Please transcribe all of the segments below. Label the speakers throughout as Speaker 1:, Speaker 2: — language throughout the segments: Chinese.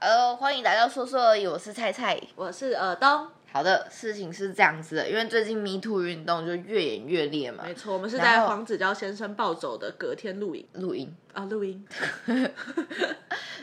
Speaker 1: Hello，欢迎呃来到说说而已，我是呃菜菜。
Speaker 2: 我是尔东，
Speaker 1: 好的，事情是这样子的，因为最近迷途运动就越演越烈嘛，
Speaker 2: 没错，我们是
Speaker 1: 然
Speaker 2: 在
Speaker 1: 后
Speaker 2: 黄子佼先生暴走的隔天录影
Speaker 1: 录音。
Speaker 2: 啊，录音，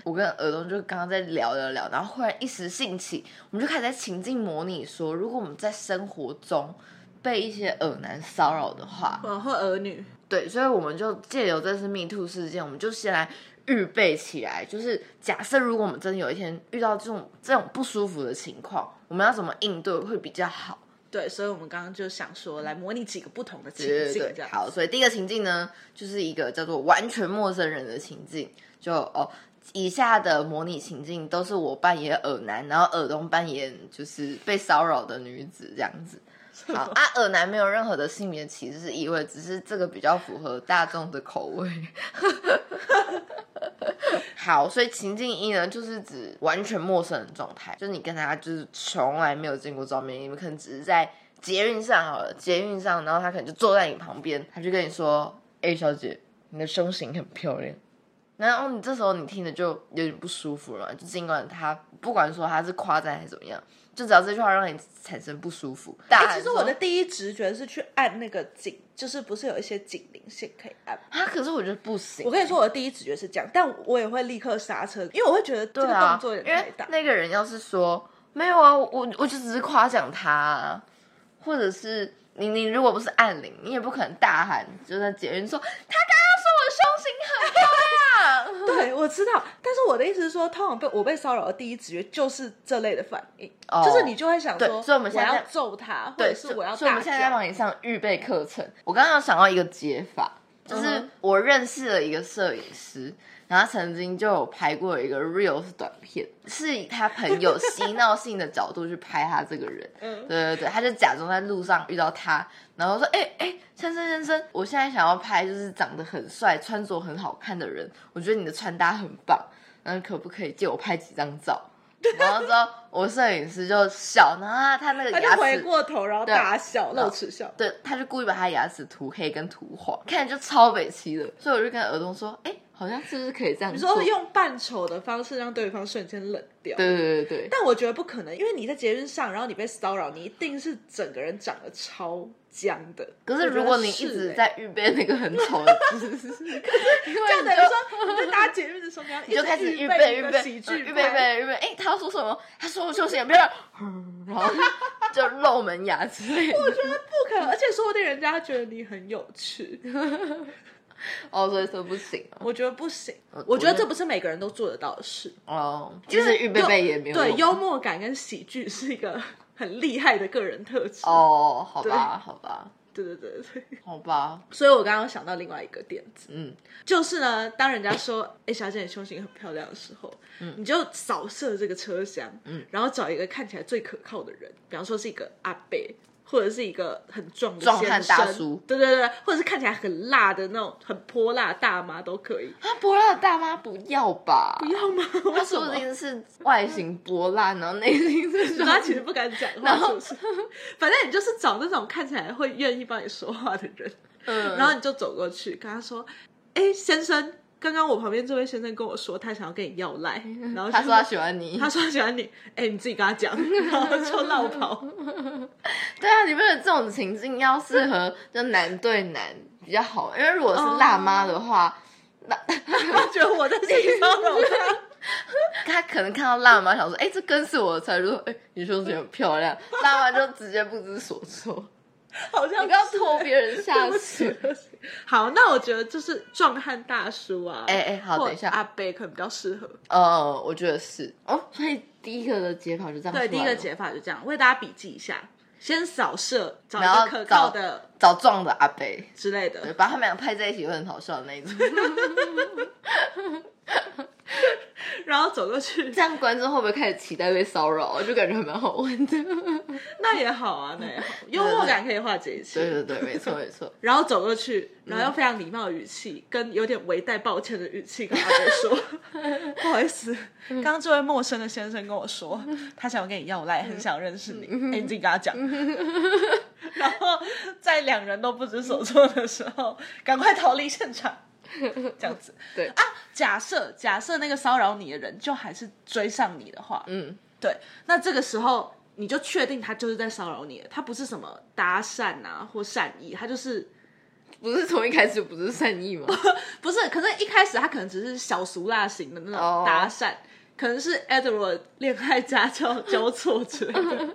Speaker 1: 我跟耳东就刚刚在聊聊聊，然后忽然一时兴起，我们就开始在情境模拟说，如果我们在生活中被一些耳男骚扰的话，
Speaker 2: 然后儿女，
Speaker 1: 对，所以我们就借由这次 Me Too 事件，我们就先来预备起来，就是假设如果我们真的有一天遇到这种这种不舒服的情况，我们要怎么应对会比较好？
Speaker 2: 对，所以我们刚刚就想说来模拟几个不同的情
Speaker 1: 对
Speaker 2: 境，
Speaker 1: 对
Speaker 2: 这
Speaker 1: 对，
Speaker 2: 样哎
Speaker 1: 好，所以第一个情境呢，就是一个叫做完全陌生人的情境，就哦，以下的模拟情境都是我扮演耳男，然后耳东扮演就是被骚扰的女子这样 子。好啊，耳男没有任何的性别歧视意味，只是这个比较符合大众的口味。好，所以情境一呢，就是指完全陌生的状态，就是你跟他就是从来没有见过照面，你们可能只是在捷运上好了，捷运上，然后他可能就坐在你旁边，他就跟你说：“哎、小姐，你的胸型很漂亮。”然后你这时候你听着就有点不舒服了嘛，就尽管他不管说他是夸赞还是怎么样，就只要这句话让你产生不舒服，大
Speaker 2: 哎
Speaker 1: 喊
Speaker 2: 其实
Speaker 1: 说
Speaker 2: 我的第一直觉是去按那个警，就是不是有一些警铃线可以按吗。
Speaker 1: 啊，可是我觉得不行。
Speaker 2: 我跟你说，我的第一直觉是这样，但我也会立刻刹车，因为我会觉得这个
Speaker 1: 对啊
Speaker 2: 动作有
Speaker 1: 因
Speaker 2: 点太
Speaker 1: 为
Speaker 2: 大。
Speaker 1: 那个人要是说没有啊，我我我就只是夸奖他、啊，或者是你你如果不是按铃，你也不可能大喊，就在捷运说他刚刚说我胸型很漂亮。
Speaker 2: 对，我知道，但是我的意思是说，通常被我被骚扰的第一直觉就是这类的反应
Speaker 1: 哦
Speaker 2: 就是你就会想
Speaker 1: 对
Speaker 2: 说，
Speaker 1: 所以我们现在
Speaker 2: 要揍他，或
Speaker 1: 对，
Speaker 2: 者
Speaker 1: 所
Speaker 2: 是
Speaker 1: 以
Speaker 2: 我要
Speaker 1: 所以我
Speaker 2: 大
Speaker 1: 们现在在
Speaker 2: 叫。
Speaker 1: 帮你上预备课程。我刚刚有想到一个解法，就是
Speaker 2: 嗯
Speaker 1: 我认识了一个摄影师，然后他曾经就有拍过一个 reels 短片，是以他朋友嬉闹性的角度去拍他这个人。对
Speaker 2: 嗯
Speaker 1: 对对，他就假装在路上遇到他，然后说：“哎、哎、先生先生，我现在想要拍就是长得很帅、穿着很好看的人，我觉得你的穿搭很棒，那可不可以借我拍几张照？”然后之后，我摄影师就笑，然后他他那个
Speaker 2: 他
Speaker 1: 牙
Speaker 2: 就
Speaker 1: 齿
Speaker 2: 回过头，然后
Speaker 1: 对
Speaker 2: 大笑，
Speaker 1: 然后
Speaker 2: 露齿笑。
Speaker 1: 对，他就故意把他牙齿涂黑跟涂黄，看着就超北齐的。所以我就跟耳东说，哎、好像是不是可以这样
Speaker 2: 你
Speaker 1: 做？
Speaker 2: 说用扮丑的方式让对方瞬间冷掉，
Speaker 1: 对对对对对
Speaker 2: 但我觉得不可能，因为你在节日上，然后你被骚扰，你一定是整个人长得超僵的。
Speaker 1: 可是
Speaker 2: 我觉得
Speaker 1: 如果你一直在预备那个很丑的姿 势，可是因
Speaker 2: 欸，就
Speaker 1: 为
Speaker 2: 等于
Speaker 1: 你就
Speaker 2: 说你在搭节日的时候，你要
Speaker 1: 你就开始
Speaker 2: 预
Speaker 1: 预
Speaker 2: 备
Speaker 1: 备
Speaker 2: 一
Speaker 1: 预
Speaker 2: 个
Speaker 1: 备
Speaker 2: 喜
Speaker 1: 嗯
Speaker 2: 剧
Speaker 1: 预备预
Speaker 2: 派
Speaker 1: 备预备，哎、他要说什么？他说我休息很漂亮，嗯然后 就露门牙之类的。
Speaker 2: 不可能，而且说不定人家觉得你很有趣，
Speaker 1: 哦，所以说不行哦
Speaker 2: 我觉得不行
Speaker 1: 我。
Speaker 2: 我觉得这不是每个人都做得到的事，
Speaker 1: 哦，其实预备备也没有
Speaker 2: 对
Speaker 1: 用
Speaker 2: 幽默感跟喜剧是一个很厉害的个人特质。，
Speaker 1: 哦，好吧好吧
Speaker 2: 对对对对，
Speaker 1: 好吧，
Speaker 2: 所以我刚刚想到另外一个点子。
Speaker 1: 嗯，
Speaker 2: 就是呢，当人家说“哎、小姐，你胸型很漂亮”的时候，你就扫射这个车厢，
Speaker 1: 嗯
Speaker 2: 然后找一个看起来最可靠的人，比方说是一个阿伯，或者是一个很壮的
Speaker 1: 壮汉
Speaker 2: 先生
Speaker 1: 大叔，
Speaker 2: 对对对，或者是看起来很辣的那种很泼辣大妈都可以，
Speaker 1: 啊，波拉的大妈 不要吧？
Speaker 2: 不要吗？
Speaker 1: 他
Speaker 2: 为什
Speaker 1: 说不
Speaker 2: 么？
Speaker 1: 定是外形波烂，然后内心是
Speaker 2: 他其实不敢讲
Speaker 1: 然
Speaker 2: 话，是
Speaker 1: 后
Speaker 2: 不是？ 反正你就是找那种看起来会愿意帮你说话的人，
Speaker 1: 嗯，
Speaker 2: 然后你就走过去跟他说：“哎、先生，刚刚我旁边这位先生跟我说他想要跟你要 赖，然后就
Speaker 1: 他说他喜欢你，
Speaker 2: 他说喜欢你，哎、你自己跟他 讲，然后就绕跑。
Speaker 1: 对啊，你不觉得这种情境要适合就男对男比较好？因为如果是辣妈的话，
Speaker 2: 他觉得我在性骚扰他，
Speaker 1: 他可能看到辣妈想说，哎、这更是我的菜，就说，哎、你胸型很漂亮，辣妈就直接不知所措，
Speaker 2: 好 像
Speaker 1: 你刚
Speaker 2: 是
Speaker 1: 拖别人
Speaker 2: 对
Speaker 1: 下
Speaker 2: 不起
Speaker 1: 水。
Speaker 2: 对不起 好，那我觉得就是壮汉大叔啊，
Speaker 1: 哎哎好
Speaker 2: 或
Speaker 1: 等一下
Speaker 2: 阿贝可能比较适合。
Speaker 1: 呃，我觉得是哦，所以第一个的解法就这样出来了，
Speaker 2: 对，第一个解法就这样，为大家笔记一下，先扫射，找一
Speaker 1: 然后嗯
Speaker 2: 个可靠的
Speaker 1: 找壮的阿北。
Speaker 2: 之类
Speaker 1: 对，
Speaker 2: 的。
Speaker 1: 把他们俩拍在一起会很好笑的那一种，
Speaker 2: 然后走过 去，
Speaker 1: 这样观众会不会开始期待被骚扰啊？就感觉还蛮好玩的。
Speaker 2: 那也好啊，那也好，幽默感可以化解一切。
Speaker 1: 对对对，没错没错。
Speaker 2: 然后走过去，
Speaker 1: 嗯
Speaker 2: 然后用非常礼貌的语气，跟有点微带抱歉的语气跟阿伯 说：“不好意思，
Speaker 1: 嗯
Speaker 2: 刚刚这位陌生的先生跟我说，他想要跟你要赖，很想认识你，
Speaker 1: 嗯
Speaker 2: 哎，你自己跟他讲。” 然后在两人都不知所措的时候，赶快逃离现场。这样子。
Speaker 1: 对
Speaker 2: 啊，假设假设那个骚扰你的人就还是追上你的话，
Speaker 1: 嗯，
Speaker 2: 对，那这个时候你就确定他就是在骚扰你了，他不是什么搭讪啊或善意，他就是
Speaker 1: 不是从一开始不是善意吗？
Speaker 2: 不是，可是一开始他可能只是小俗辣型的那
Speaker 1: 哦
Speaker 2: 种搭讪可能是 Edward 恋爱家教交错之 类的。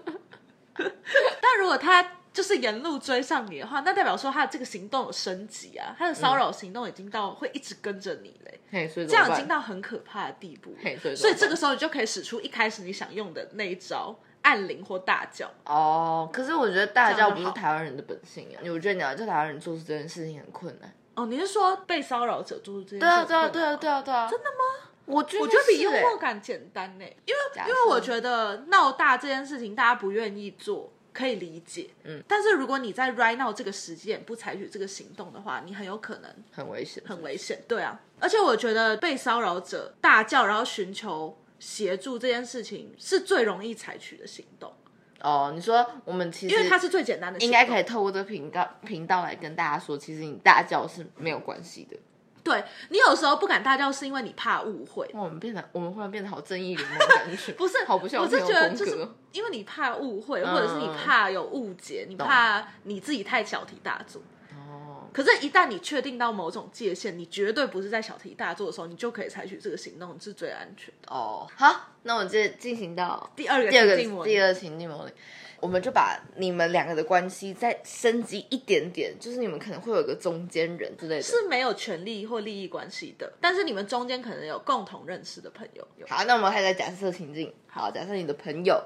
Speaker 2: 但如果他就是沿路追上你的话，那代表说他的这个行动有升级啊，他的骚扰行动已经到会一直跟着你嘞、
Speaker 1: 嘿，所以
Speaker 2: 这
Speaker 1: 怎么
Speaker 2: 样已
Speaker 1: 办
Speaker 2: 经到很可怕的地步了。
Speaker 1: 嘿，所以
Speaker 2: 所以这
Speaker 1: 个
Speaker 2: 个时候你就可以使出一开始你想用的那一招按铃或大叫。
Speaker 1: 哦，可是我觉得大叫不
Speaker 2: 这样
Speaker 1: 是
Speaker 2: 就好
Speaker 1: 台湾人的本性啊，我觉得你要叫台湾人做出这件事情很困难。
Speaker 2: 哦，你是说被骚扰者做出这件事？
Speaker 1: 对啊，对啊，对啊，对啊，对啊，真的吗？我觉得
Speaker 2: 我觉得比
Speaker 1: 是
Speaker 2: 幽
Speaker 1: 欸
Speaker 2: 默感简单呢、因为
Speaker 1: 假设
Speaker 2: 因为我觉得闹大这件事情大家不愿意做，可以理解。
Speaker 1: 嗯，
Speaker 2: 但是如果你在 right now 这个时间不采取这个行动的话，你很有可能
Speaker 1: 很危险，
Speaker 2: 很危险。对啊，而且我觉得被骚扰者大叫然后寻求协助这件事情是最容易采取的行动，
Speaker 1: 哦。你说我们其实
Speaker 2: 因为它是最简单的行
Speaker 1: 应
Speaker 2: 动，
Speaker 1: 该可以透过这频道频道来跟大家说，其实你大叫是没有关系的。
Speaker 2: 对你有时候不敢大叫，是因为你怕误会。
Speaker 1: 哇，我们变得我们忽然变得好正义凛然的感觉，
Speaker 2: 不是，
Speaker 1: 好不像
Speaker 2: 我是
Speaker 1: 朋
Speaker 2: 觉
Speaker 1: 友
Speaker 2: 得
Speaker 1: 风
Speaker 2: 就是
Speaker 1: 格
Speaker 2: 因为你怕误会，
Speaker 1: 嗯
Speaker 2: 或者是你怕有误解，你怕你自己太小题大做。
Speaker 1: 哦，
Speaker 2: 可是，一旦你确定到某种界限，你绝对不是在小题大做的时候，你就可以采取这个行动，是最安全的。
Speaker 1: 哦，好，那我们接着进行到
Speaker 2: 第二个
Speaker 1: 第二个
Speaker 2: 情境模拟
Speaker 1: 第二情境模拟，我们就把你们两个的关系再升级一点点，就是你们可能会有一个中间人之类的。
Speaker 2: 是没有权利或利益关系的，但是你们中间可能有共同认识的朋友。有
Speaker 1: 好，那我们还在假设情境，好，假设你的朋友，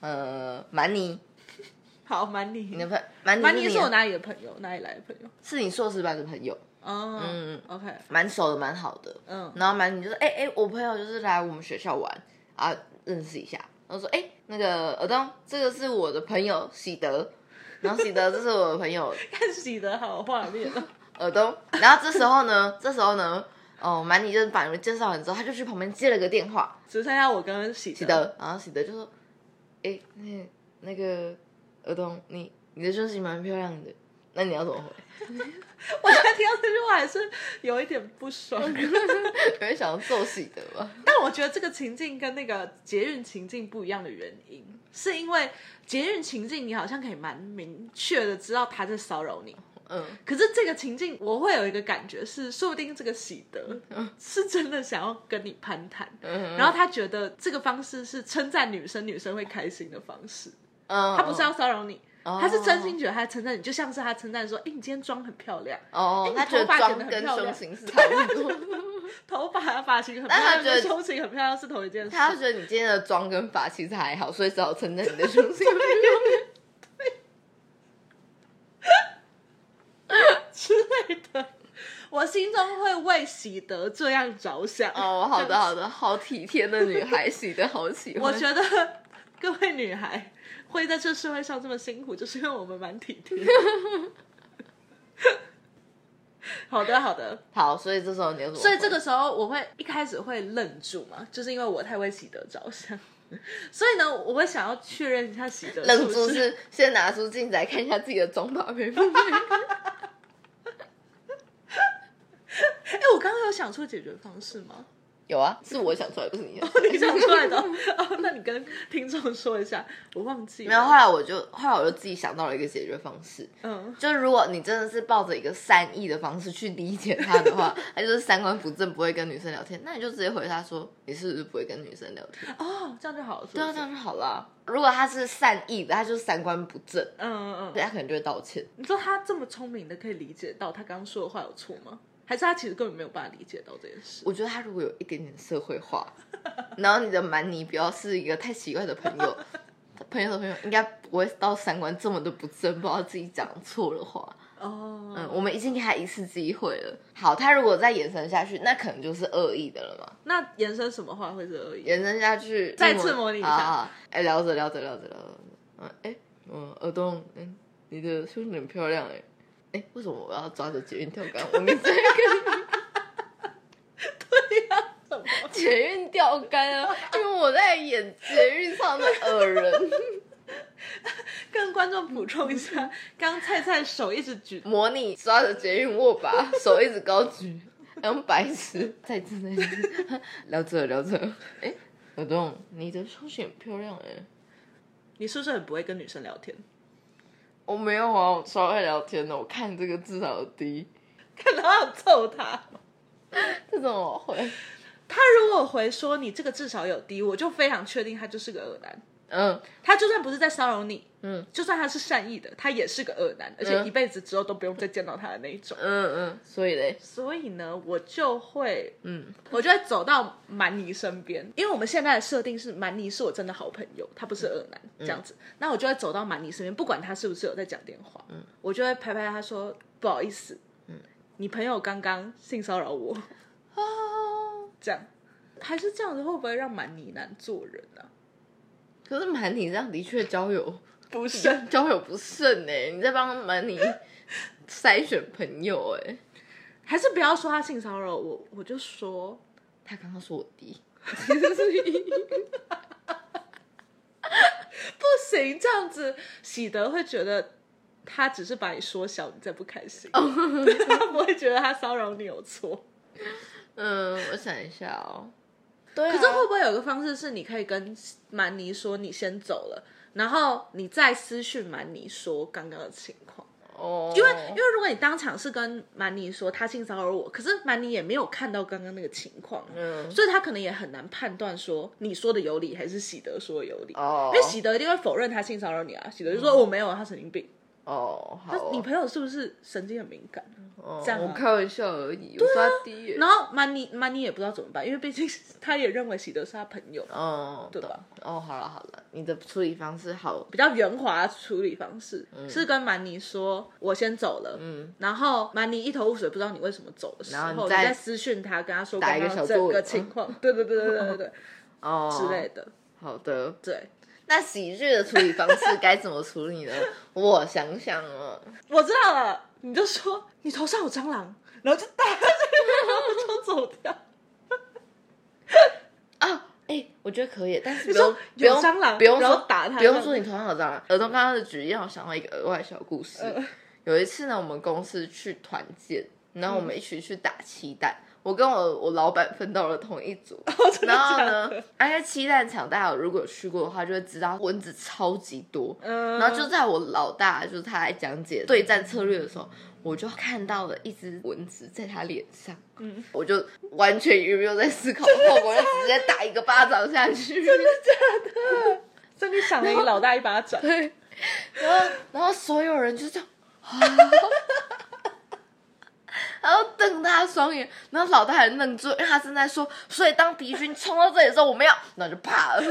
Speaker 1: 呃，蛮尼，
Speaker 2: 好，蛮你
Speaker 1: 你，的朋蛮尼
Speaker 2: 蛮
Speaker 1: 你
Speaker 2: 你
Speaker 1: 的
Speaker 2: 是我哪里的朋友？哪里来的朋友？
Speaker 1: 是你硕士班的朋友，
Speaker 2: 哦，
Speaker 1: 嗯
Speaker 2: 嗯，OK，
Speaker 1: 蛮熟的，蛮好的。
Speaker 2: 嗯，
Speaker 1: 然后蛮尼就说，哎、哎、我朋友就是来我们学校玩啊，认识一下。然后说，哎、那个尔东，这个是我的朋友喜德，然后喜德这是我的朋友
Speaker 2: 看喜得好画面哦。
Speaker 1: 耳东。然后这时候呢，这时候呢，哦，蛮尼就是把你们介绍完之后，他就去旁边接了个电话，
Speaker 2: 只剩下我跟喜
Speaker 1: 喜德，然后喜德就说，哎、那那个耳东，你你的休息蛮漂亮的，那你要怎么回？
Speaker 2: 我现在听到这句话还是有一点 不爽，
Speaker 1: 有人想要揍喜德吧？
Speaker 2: 但我觉得这个情境跟那个捷运情境不一样的原因，是因为捷运情境你好像可以蛮明确的知道他在骚扰你，
Speaker 1: 嗯，
Speaker 2: 可是这个情境我会有一个感觉是，说不定这个喜德是真的想要跟你攀谈，
Speaker 1: 嗯
Speaker 2: 然后他觉得这个方式是称赞女生，女生会开心的方式，
Speaker 1: 嗯，
Speaker 2: 他不是要骚扰你。
Speaker 1: 哦，
Speaker 2: 他是真心觉得他称赞你，就像是他称赞说：“哎、你今天妆很漂亮。”
Speaker 1: 哦，
Speaker 2: 哎
Speaker 1: 他
Speaker 2: 你
Speaker 1: 觉得
Speaker 2: 头发
Speaker 1: 妆
Speaker 2: 剪得很
Speaker 1: 跟
Speaker 2: 漂
Speaker 1: 胸
Speaker 2: 亮
Speaker 1: 型是差不 多。
Speaker 2: 头发、发型很漂
Speaker 1: 但他
Speaker 2: 亮，
Speaker 1: 觉得
Speaker 2: 跟胸型很漂亮是同一件事。
Speaker 1: 他觉得你今天的妆跟发其实还好，所以只好承认你的胸 型。
Speaker 2: 之类的。我心中会为喜德这样着想。
Speaker 1: 哦，好的
Speaker 2: 这样
Speaker 1: 好的，好体贴的女 孩，洗的好喜
Speaker 2: 子。
Speaker 1: 欢。
Speaker 2: 我觉得各位女孩会在这社会上这么辛苦，就是因为我们蛮体 贴的。好的，好的。
Speaker 1: 好，所以这时候你要怎么回？
Speaker 2: 所以这个时候，我会一开始会愣住嘛，就是因为我太为喜德着想。所以呢，我会想要确认一下喜德
Speaker 1: 愣
Speaker 2: 是
Speaker 1: 住
Speaker 2: 不是
Speaker 1: 是先拿出镜子来看一下自己的妆发配 不配。
Speaker 2: 哎、我刚刚有想出解决方式吗？
Speaker 1: 有啊，是我想出来，不是你啊 想出来。
Speaker 2: 你想出来的哦、哦那你跟听众说一下，我忘记了。
Speaker 1: 没有，后来我就后来我就自己想到了一个解决方式，
Speaker 2: 嗯，
Speaker 1: 就是如果你真的是抱着一个善意的方式去理解他的 话，他就是三观不正，不会跟女生聊天，那你就直接回他说你是不是不会跟女生聊天？
Speaker 2: 哦，这样就好了。是不
Speaker 1: 对啊，
Speaker 2: 是
Speaker 1: 这样就好啦。如果他是善意的，他就是三观不正，
Speaker 2: 嗯嗯
Speaker 1: 对
Speaker 2: 嗯。
Speaker 1: 他可能就会道歉。
Speaker 2: 你说他这么聪明的，可以理解到他刚刚说的话有错吗？还是他其实根本没有办法理解到这件事？
Speaker 1: 我觉得他如果有一点点社会化，然后你的蛮尼不要是一个太奇怪的朋友， 朋友的朋友应该不会到三观这么的不正，不知道自己讲错了话。
Speaker 2: 哦，
Speaker 1: 嗯，我们已经给他一次机会了。好，他如果再延伸下去，那可能就是恶意的了嘛。
Speaker 2: 那延伸什么话会是恶意？
Speaker 1: 延伸下去，
Speaker 2: 再次模拟一下
Speaker 1: 好好好哎、聊着聊着聊着聊着，嗯，哎、嗯，耳东，嗯，你的胸很漂亮、哎，哎、为什么我要抓着捷运钓竿？我们这个
Speaker 2: 什么？
Speaker 1: 捷运钓竿啊，因为我在演捷运上的恶人，
Speaker 2: 跟观众补充一
Speaker 1: 嗯
Speaker 2: 下，刚刚菜菜手一直举，
Speaker 1: 模拟抓着捷运握把，手一直高举，还用白痴再次再次聊这聊这，哎，有动，你的双眼漂亮哎、
Speaker 2: 你是不是很不会跟女生聊天？
Speaker 1: 我没有啊，我超爱聊天的，我看这个至少有低，
Speaker 2: 看到要揍他。
Speaker 1: 这种我会，
Speaker 2: 他如果回说你这个至少有低，我就非常确定他就是个恶男。
Speaker 1: 嗯，
Speaker 2: 他就算不是在骚扰你，
Speaker 1: 嗯，
Speaker 2: 就算他是善意的，他也是个恶男，而且
Speaker 1: 嗯
Speaker 2: 一辈子之后都不用再见到他的那一种。
Speaker 1: 嗯嗯，所以嘞，
Speaker 2: 所以呢，我就会，
Speaker 1: 嗯，
Speaker 2: 我就会走到蛮尼身边，因为我们现在的设定是蛮尼是我真的好朋友，他不是恶男、这样子。那我就会走到蛮尼身边，不管他是不是有在讲电话，嗯，我就会拍拍他说不好意思，嗯，啊你朋友刚刚性骚扰我，
Speaker 1: 哦，
Speaker 2: 这样还是这样子会不会让蛮尼难做人啊？
Speaker 1: 可是蛮你这样的确交友
Speaker 2: 不是，
Speaker 1: 交友不慎哎、你在帮蛮你筛选朋友哎、
Speaker 2: 还是不要说他性骚扰我，我就说
Speaker 1: 他刚刚说我低，
Speaker 2: 不行，这样子喜德会觉得他只是把你缩小，你再不开心， 他不会觉得他骚扰你有错。
Speaker 1: 嗯，我想一下哦，对、
Speaker 2: 可是会不会有个方式是，你可以跟蛮尼说你先走了，然后你再私讯蛮尼说刚刚的情况？
Speaker 1: 哦，
Speaker 2: 因为因为如果你当场是跟蛮尼说他性骚扰我，可是蛮尼也没有看到刚刚那个情况，
Speaker 1: 嗯，
Speaker 2: 所以他可能也很难判断说你说的有理还是喜德说的有理。
Speaker 1: 哦，
Speaker 2: 因为喜德一定会否认他性骚扰你啊，喜德就说、我没有，他神经病。
Speaker 1: 哦，好
Speaker 2: 他
Speaker 1: 哦
Speaker 2: 你朋友是不是神经很敏感？
Speaker 1: 哦
Speaker 2: 这样啊
Speaker 1: 我开玩笑而已，我说他低、欸，
Speaker 2: 然后曼妮曼妮也不知道怎么办，因为毕竟他也认为喜德是他朋友，
Speaker 1: 哦，
Speaker 2: 对吧
Speaker 1: 懂？哦，好了好了，你的处理方式好，
Speaker 2: 比较圆滑的处理方式、是跟曼妮说我先走了，
Speaker 1: 嗯，
Speaker 2: 然后曼妮一头雾水，不知道你为什么走的时
Speaker 1: 然后
Speaker 2: 候，
Speaker 1: 你
Speaker 2: 你
Speaker 1: 再
Speaker 2: 再私讯他，跟他说
Speaker 1: 打一个
Speaker 2: 刚
Speaker 1: 小
Speaker 2: 刚
Speaker 1: 作
Speaker 2: 整
Speaker 1: 文
Speaker 2: 个情况， 对对对对对对对
Speaker 1: 哦
Speaker 2: 之类的，
Speaker 1: 好的，
Speaker 2: 对。
Speaker 1: 那喜剧的处理方式该怎么处理呢？ 我想想哦，
Speaker 2: 我知道了，你就说你头上有蟑螂，然后就打下去，然后就走掉。
Speaker 1: 啊，哎、我觉得可以，但是不
Speaker 2: 说
Speaker 1: 用不用
Speaker 2: 有蟑螂
Speaker 1: 不用
Speaker 2: 然后
Speaker 1: 说
Speaker 2: 打它
Speaker 1: 不
Speaker 2: 这
Speaker 1: 用
Speaker 2: 样
Speaker 1: 说你头上有蟑螂。儿童刚刚的举例让我想到一个额外小故事。
Speaker 2: 呃
Speaker 1: 有一次呢，我们公司去团建，然后我
Speaker 2: 嗯
Speaker 1: 们一起去打气弹。我跟我我老板分到了同一组，
Speaker 2: 哦
Speaker 1: 然后呢，啊而且气弹场大家有如果有去过的话，就会知道蚊子超级多。
Speaker 2: 嗯，
Speaker 1: 然后就在我老大就是他来讲解对战策略的时候，我就看到了一只蚊子在他脸上，
Speaker 2: 嗯
Speaker 1: 我就完全也没有在思考后果，就直接打一个巴掌下 去。
Speaker 2: 真的赏了你老大一 巴掌。啊
Speaker 1: 对，然后然后所有人就这样，啊 然后瞪大双眼，然后老大还愣住，因为他正在说，所以当敌军冲到这里的时候，我 们要，然后就啪了。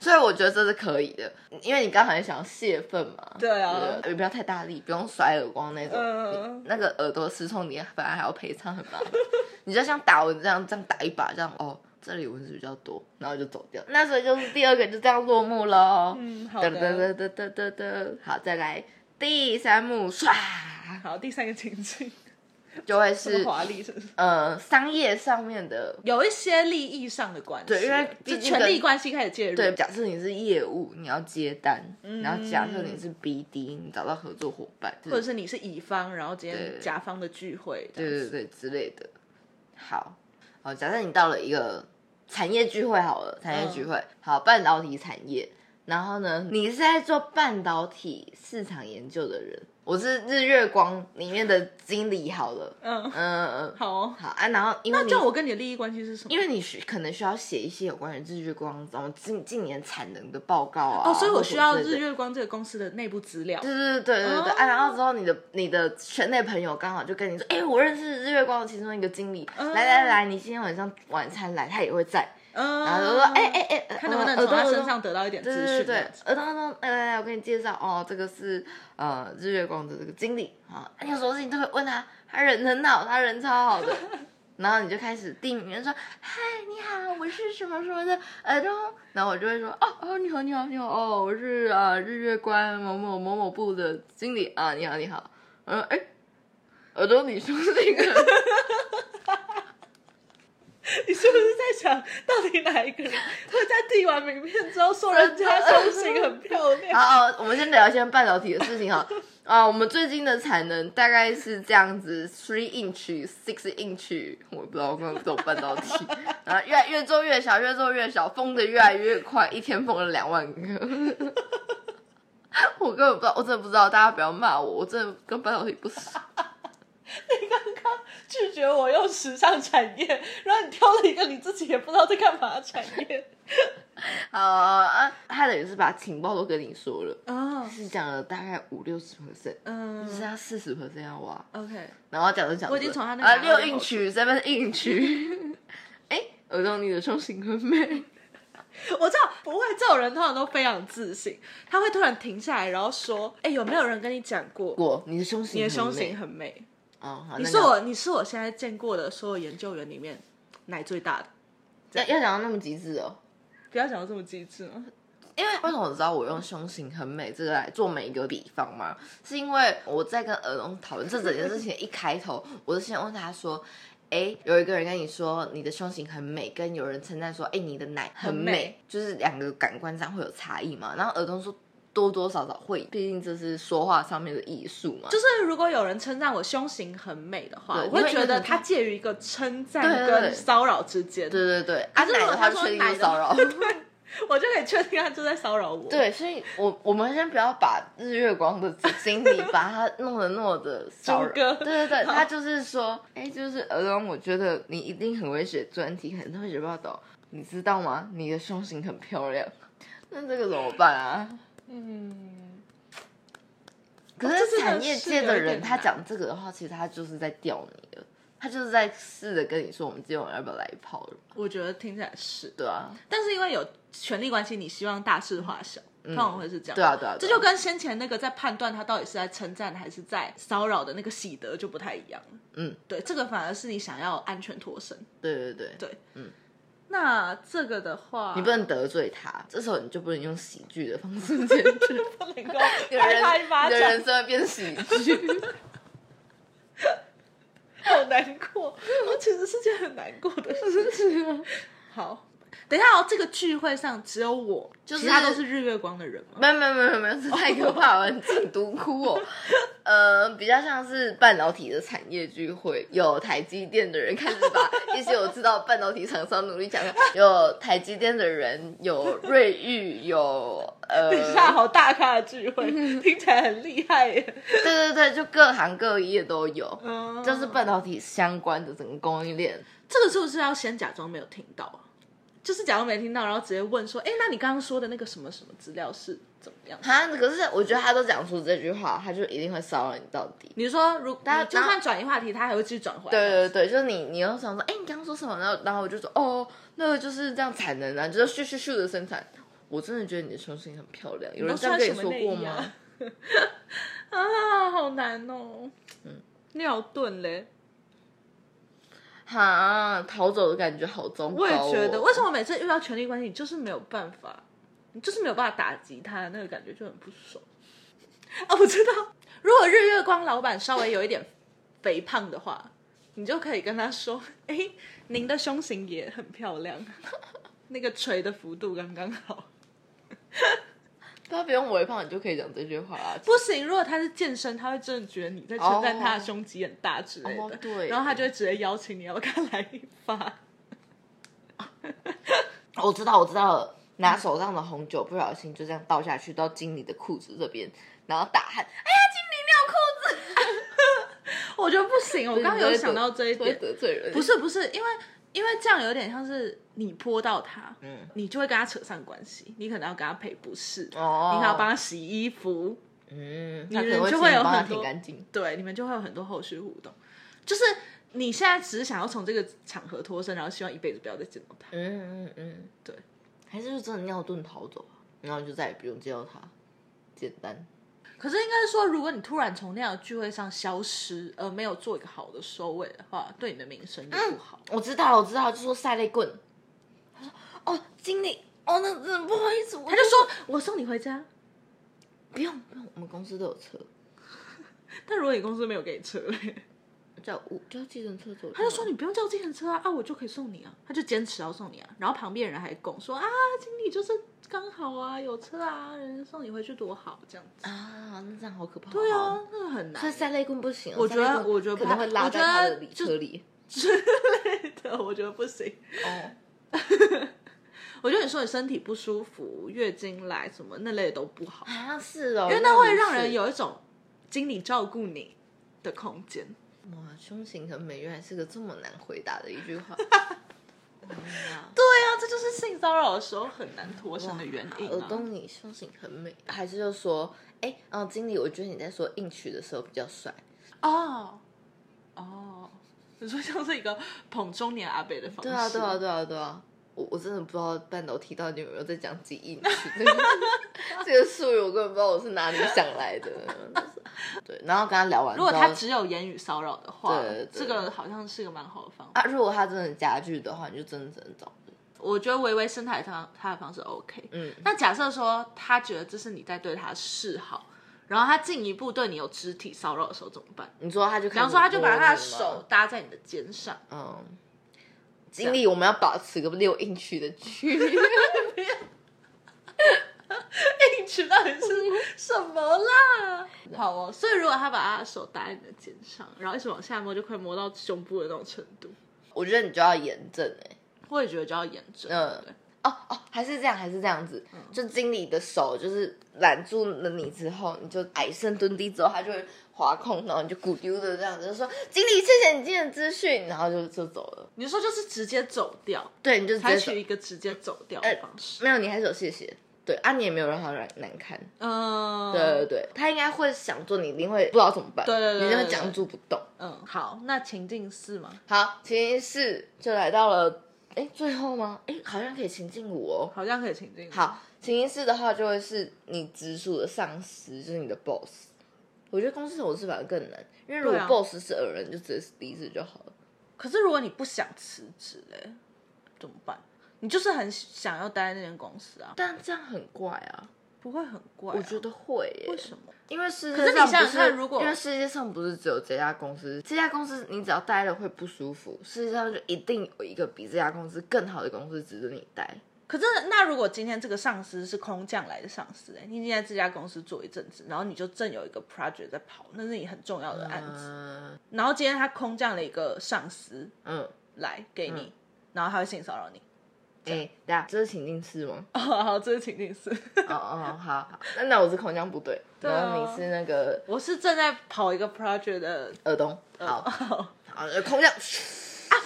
Speaker 1: 所以我觉得这是可以的，因为你刚才想泄愤嘛，
Speaker 2: 对啊
Speaker 1: 不呃也不要太大力，不用甩耳光那种，
Speaker 2: 嗯
Speaker 1: 你那个耳朵失痛，你反而还要赔偿，很麻烦。 你就像打蚊子这样，这样打一把，这样哦，这里蚊子比较多，然后就走掉。那所以就是第二个就这样落幕哦喽。
Speaker 2: 嗯，好
Speaker 1: 得
Speaker 2: 的。
Speaker 1: 得得得得得，好，再来第三幕，唰，
Speaker 2: 好，第三个情境，
Speaker 1: 就会
Speaker 2: 这么
Speaker 1: 是
Speaker 2: 华丽是不是？
Speaker 1: 呃商业上面的。
Speaker 2: 有一些利益上的关系，
Speaker 1: 对因为毕
Speaker 2: 就
Speaker 1: 竟
Speaker 2: 权力关系开始介入，
Speaker 1: 对，，假设你是业务，你要接单，
Speaker 2: 嗯
Speaker 1: 然后假设你是 BD，你找到合作伙伴，
Speaker 2: 或者是你是乙方，然后今
Speaker 1: 对
Speaker 2: 天甲方的聚会，
Speaker 1: 对对对之类的。好，好，假设你到了一个产业聚会好了，产业
Speaker 2: 嗯
Speaker 1: 聚会、好，半导体产业，然后呢，你是在做半导体市场研究的人，我是日月光里面的经理好了，
Speaker 2: 嗯
Speaker 1: 嗯，嗯
Speaker 2: 好哦。
Speaker 1: 好啊，然后因为
Speaker 2: 那
Speaker 1: 你
Speaker 2: 这样我跟你的利益关系是什么？
Speaker 1: 因为你需可能需要写一些有关于日月光怎么近近年产能的报告啊，
Speaker 2: 哦，所以我需要
Speaker 1: 或者之
Speaker 2: 日
Speaker 1: 类的。
Speaker 2: 月光这个公司的内部资料。
Speaker 1: 对对对对对对、
Speaker 2: 哦
Speaker 1: 啊！然后之后你的你的圈内朋友刚好就跟你说，哎、我认识日月光的其中一个经理，
Speaker 2: 嗯
Speaker 1: 来来来，你今天晚上晚餐来，他也会在。
Speaker 2: 嗯，
Speaker 1: 然后就说，哎哎哎，呃
Speaker 2: 看能不能
Speaker 1: 耳
Speaker 2: 从
Speaker 1: 朵
Speaker 2: 他
Speaker 1: 耳
Speaker 2: 身
Speaker 1: 朵
Speaker 2: 上得到一点
Speaker 1: 对
Speaker 2: 资
Speaker 1: 对
Speaker 2: 讯。
Speaker 1: 对呃
Speaker 2: 这样子，
Speaker 1: 儿童儿童，来来来，我给你介绍哦，这个是呃日月光的这个经理啊，你有什么事情都可以问他，他人很好，他人超好 的。然后你就开始递名，说：“嗨，你好，我是什么什么的耳东。”然后我就会说：“哦哦，你好，你好，你好，哦，我是呃日月光某某某某部的经理啊，你好，你好。”嗯，哎，耳朵，你说那个
Speaker 2: 你是不是在想到底哪一个人会在递完名片之后说人家胸型很漂亮？
Speaker 1: 好，我们先聊一些半导体的事情哈。 啊，我们最近的产能大概是这样子，three inch、six inch，我也不知道我根本不懂半导体，然后越来越做越小，越做越小，封的越来越快，一天封了两万个。 我根本不知道，我真的不知道，大家不要骂我，我真的跟半导体不熟。
Speaker 2: 你刚刚拒绝我用时尚产业，然后你挑了一个你自己也不知道在干嘛的产业
Speaker 1: 好啊，他等于是把情报都跟你说了，
Speaker 2: 啊，
Speaker 1: 是讲了大概五六十 percent，只
Speaker 2: 嗯
Speaker 1: 剩下四十 percent 要挖。
Speaker 2: ，OK，
Speaker 1: 然后讲着讲着，
Speaker 2: 我已经从他那个
Speaker 1: 啊
Speaker 2: 拿
Speaker 1: 六
Speaker 2: 到
Speaker 1: 硬曲、seven 硬曲， 哎，耳洞你的双性婚妹，
Speaker 2: 我知道不会，这种人通常都非常自信，他会突然停下来，然后说：“哎、有没有人跟你讲过，
Speaker 1: 果你的胸型，
Speaker 2: 你的胸型，很美？
Speaker 1: 哦，好，
Speaker 2: 你
Speaker 1: 那
Speaker 2: 是
Speaker 1: 要
Speaker 2: 我，你是我现在见过的所有研究员里面奶最大的。
Speaker 1: 要要讲到那么极致哦。”
Speaker 2: 不要讲的这么机智哦。
Speaker 1: 因为为什么我知道我用胸型很美这个来做每一个比方嘛？是因为我在跟耳聋讨论这整件事情一开头，我就先问他说：“哎，有一个人跟你说你的胸型很美，跟有人称赞说哎你的奶很
Speaker 2: 很
Speaker 1: 美，
Speaker 2: 美
Speaker 1: 就是两个感官上会有差异嘛？”然后耳东说多多少少会，毕竟这是说话上面的艺术嘛。
Speaker 2: 就是如果有人称赞我胸型很美的话，
Speaker 1: 对
Speaker 2: 我会
Speaker 1: 你会
Speaker 2: 觉得
Speaker 1: 因为
Speaker 2: 它介于一个称赞
Speaker 1: 对对对
Speaker 2: 跟骚扰之间，
Speaker 1: 对对对，
Speaker 2: 可
Speaker 1: 啊
Speaker 2: 是
Speaker 1: 奶的话
Speaker 2: 如
Speaker 1: 就
Speaker 2: 果他说
Speaker 1: 确定
Speaker 2: 奶
Speaker 1: 是
Speaker 2: 的
Speaker 1: 骚 扰。
Speaker 2: 我就可以确定他就在骚扰我。，
Speaker 1: 对，所以我我们先不要把日月光的经理把它弄得那么 的骚扰。
Speaker 2: 哥
Speaker 1: 对对对，
Speaker 2: 好
Speaker 1: 他就是说，哎，就是儿童，我觉得你一定很会写专题，很会写报道，你知道吗？你的胸型很漂亮，那这个怎么办啊？
Speaker 2: 嗯，
Speaker 1: 可
Speaker 2: 哦这真
Speaker 1: 是
Speaker 2: 的
Speaker 1: 产业
Speaker 2: 是
Speaker 1: 界
Speaker 2: 有
Speaker 1: 的
Speaker 2: 一点
Speaker 1: 人，他
Speaker 2: 难
Speaker 1: 讲这个的话，其实他就是在吊你了，他就是在试着跟你说，我们今晚要不要来一炮了？
Speaker 2: 我觉得听起来是，
Speaker 1: 对啊，
Speaker 2: 但是因为有权力关系，你希望大事化小，通常会是这样。
Speaker 1: 对啊，对啊，
Speaker 2: 这
Speaker 1: 对啊
Speaker 2: 就跟先前那个在判断他到底是在称赞还是在骚扰的那个喜得就不太一样了。
Speaker 1: 嗯，
Speaker 2: 对，这个反而是你想要安全脱身。
Speaker 1: 对对对。
Speaker 2: 对，那这个的话，
Speaker 1: 你不能得罪他，这时候你就不能用喜剧的方式解 决。
Speaker 2: 不能够
Speaker 1: 你的
Speaker 2: 拍他
Speaker 1: 人
Speaker 2: 一巴
Speaker 1: 你的
Speaker 2: 掌，
Speaker 1: 人生会变喜 剧。
Speaker 2: 好难过。我其实是件很难过的事情。好，等一下哦，这个聚会上只有我，
Speaker 1: 就是
Speaker 2: 其他都是日月光的人吗？
Speaker 1: 没有没有没有没有，这太可怕了，禁毒窟哦。呃，比较像是半导体的产业聚会，有台积电的人开始把一些我知道半导体厂商努力讲，有台积电的人，有瑞昱，有呃，
Speaker 2: 等一下，好大咖的聚会，听起来很厉害耶。
Speaker 1: 对对对，就各行各业都有，
Speaker 2: 嗯，
Speaker 1: 就是半导体相关的整个供应链。
Speaker 2: 这个是不是要先假装没有听到啊？就是假装没听到，然后直接问说：“哎，那你刚刚说的那个什么什么资料是怎么样？”
Speaker 1: 他可是我觉得他都讲出这句话，他就一定会骚扰你到底。
Speaker 2: 你说，如
Speaker 1: 大家
Speaker 2: 你就算转移话题，他还会继续转回来。
Speaker 1: 对对对，就是你，你又想说，哎、你刚刚说什么？然后，然后我就说，哦，那个就是这样产能啊，就是咻咻咻的生产。我真的觉得你的胸型很漂亮，有
Speaker 2: 都
Speaker 1: 人这样
Speaker 2: 穿
Speaker 1: 跟你
Speaker 2: 什
Speaker 1: 说
Speaker 2: 么内
Speaker 1: 过
Speaker 2: 衣
Speaker 1: 吗？
Speaker 2: 啊 啊，好难哦。
Speaker 1: 嗯
Speaker 2: 尿遁嘞，
Speaker 1: 哈，逃走的感觉好糟糕、哦。
Speaker 2: 我也觉得，为什么每次遇到权力关系，你就是没有办法，你就是没有办法打击他，那个感觉就很不爽。 啊，我知道，如果日月光老板稍微有一点肥胖的话，你就可以跟他说：“哎、您的胸型也很漂亮， 那个垂的幅度刚刚好。”
Speaker 1: 他不用微胖，你就可以讲这句话啊。
Speaker 2: 不行，如果他是健身，他会真的觉得你在称赞他的胸肌很大之类的
Speaker 1: 哦哦对
Speaker 2: 然后他就会直接邀请你要不要跟他来一 发。
Speaker 1: 我知道，我知道了。拿手上的红酒不小心就这样倒下去，到经理的裤子这边，然后大喊：“哎呀，经理尿裤子
Speaker 2: 我觉得不行，！”我刚刚有想到这一
Speaker 1: 不会
Speaker 2: 点，
Speaker 1: 得罪人，
Speaker 2: 不是不是，因为因为这样有点像是你泼到他，
Speaker 1: 嗯
Speaker 2: 你就会跟他扯上关系，你可能要跟他赔不是，
Speaker 1: 哦，
Speaker 2: 你还要帮他洗衣服，
Speaker 1: 嗯，
Speaker 2: 女
Speaker 1: 他可
Speaker 2: 人
Speaker 1: 能
Speaker 2: 就
Speaker 1: 请
Speaker 2: 会
Speaker 1: 你
Speaker 2: 有
Speaker 1: 帮他
Speaker 2: 很多
Speaker 1: 舔干净。
Speaker 2: 对，你们就会有很多后续互动。就是你现在只是想要从这个场合脱身，然后希望一辈子不要再见到他。
Speaker 1: 嗯嗯嗯，
Speaker 2: 对，
Speaker 1: 还是就真的尿遁逃走，啊然后你就再也不用见到他，简单。
Speaker 2: 可是应该是说，如果你突然从那样的聚会上消失，而没有做一个好的收尾的话，对你的名声就不好。
Speaker 1: 我知道，我知道，就说塞雷棍。他说：“哦，经理，哦，那真的不好意思，我
Speaker 2: 他就说：“我送你回家。
Speaker 1: 不用不用，我们公司都有车。”
Speaker 2: 但如果你公司没有给你车嘞，
Speaker 1: 叫我叫计程车走就好，
Speaker 2: 他就说你不用叫计程车啊，啊我就可以送你啊，他就坚持要送你啊。然后旁边人还拱说啊，经理就是刚好啊，有车啊，人家送你回去多好这样子。
Speaker 1: 啊，那这样好可怕、
Speaker 2: 对啊，，那个很难
Speaker 1: 所以。三类棍不行、哦，
Speaker 2: 我觉得
Speaker 1: 三类棍
Speaker 2: 我觉得不
Speaker 1: 可能会拉
Speaker 2: 我
Speaker 1: 在
Speaker 2: 觉得
Speaker 1: 他的里
Speaker 2: 就
Speaker 1: 车里。
Speaker 2: 对，我觉得不行。
Speaker 1: 哦，
Speaker 2: 我觉得你说你身体不舒服、月经来什么那类都不好，
Speaker 1: 啊是哦，
Speaker 2: 因为那会
Speaker 1: 如
Speaker 2: 让
Speaker 1: 此
Speaker 2: 人有一种经理照顾你的空间。
Speaker 1: 哇，胸型很美，原来是个这么难回答的一句话。
Speaker 2: 对啊，这就是性骚扰的时候很难脱身的原因
Speaker 1: 耳
Speaker 2: 啊。
Speaker 1: 洞你胸型很美，还是就说，哎、哦，经理，我觉得你在说硬曲的时候比较帅。
Speaker 2: 哦哦，你说像是一个捧中年阿伯的方式。
Speaker 1: 对啊，对啊，对啊，对啊。我我真的不知道半导体到底有没有在讲记忆曲 这个这个术语，我根本不知道我是哪里想来的。 对，然后跟他聊完之
Speaker 2: 如
Speaker 1: 后，
Speaker 2: 果他只有言语骚扰的话
Speaker 1: 对对，
Speaker 2: 这个好像是个蛮好的方法。
Speaker 1: 啊，如果他真的加剧的话，你就真的只能找人。
Speaker 2: 我觉得微微身材上他的方式 OK。
Speaker 1: 嗯，
Speaker 2: 那假设说他觉得这是你在对他示好，然后他进一步对你有肢体骚扰的时候怎么办？
Speaker 1: 你说他就
Speaker 2: 比
Speaker 1: 比
Speaker 2: 方说，他就把他的手，搭在你的肩上，
Speaker 1: 嗯，经理，我们要保持个六英尺的距离。
Speaker 2: 你知道底是什么啦？好哦，所以如果他把他的手搭在你的肩上，然后一直往下摸，就快摸到胸部的那种程度，
Speaker 1: 我觉得你就要严正哎、
Speaker 2: 我也觉得就要严正。
Speaker 1: 嗯
Speaker 2: 对
Speaker 1: 哦哦，还是这样，还是这样子。
Speaker 2: 嗯
Speaker 1: 就经理的手就是揽住了你之后，你就矮身蹲低之后，他就会滑空，然后你就鼓溜的这样子，就说经理，谢谢你今天的资讯，然后就就走了。
Speaker 2: 你说就是直接走掉，
Speaker 1: 对，你就直
Speaker 2: 采
Speaker 1: 接走
Speaker 2: 取。一个直接走掉的方式。
Speaker 1: 没有，你还是有谢谢。对啊，你也没有让他难难看。
Speaker 2: 嗯，
Speaker 1: 对对对，他应该会想做，你一定会不知道怎么办。
Speaker 2: 对对对对
Speaker 1: 你就会
Speaker 2: 对
Speaker 1: 僵住不动。
Speaker 2: 嗯，好，那情境四吗？
Speaker 1: 好，其实是就来到了，哎，最后吗？哎，好像可以情境舞哦。
Speaker 2: 好像可以情境。，
Speaker 1: 好，情形式的话就会是你直属的上司，就是你的 boss。我觉得公司同事反而更难，因为如果
Speaker 2: 对啊
Speaker 1: boss 是恶人，就直接离职就好了。
Speaker 2: 可是如果你不想辞职嘞，怎么办？你就是很想要待在那间公司啊，
Speaker 1: 但这样很怪啊，
Speaker 2: 不会很怪啊、
Speaker 1: 我觉得会耶、
Speaker 2: 为什么？
Speaker 1: 因为世
Speaker 2: 可是
Speaker 1: 界
Speaker 2: 你
Speaker 1: 上不
Speaker 2: 想想看如果
Speaker 1: 因为世界上不是只有这家公司，这家公司你只要待了会不舒服，世界上就一定有一个比这家公司更好的公司值得你待。
Speaker 2: 可是那如果今天这个上司是空降来的上司、哎，你已经在这家公司做一阵子，然后你就正有一个 project 在跑，那是你很重要的案子，
Speaker 1: 嗯
Speaker 2: 然后今天他空降了一个上司
Speaker 1: 嗯，
Speaker 2: 来给你，然后他会性骚扰你。
Speaker 1: 哎、大家这是情境式吗？
Speaker 2: 哦，好，这是情境四。
Speaker 1: 哦哦，好，好那那我是空降部队，
Speaker 2: 啊
Speaker 1: 然后你是那个
Speaker 2: 我是正在跑一个 project 的，
Speaker 1: 耳东，好，
Speaker 2: 好
Speaker 1: 好，呃空降，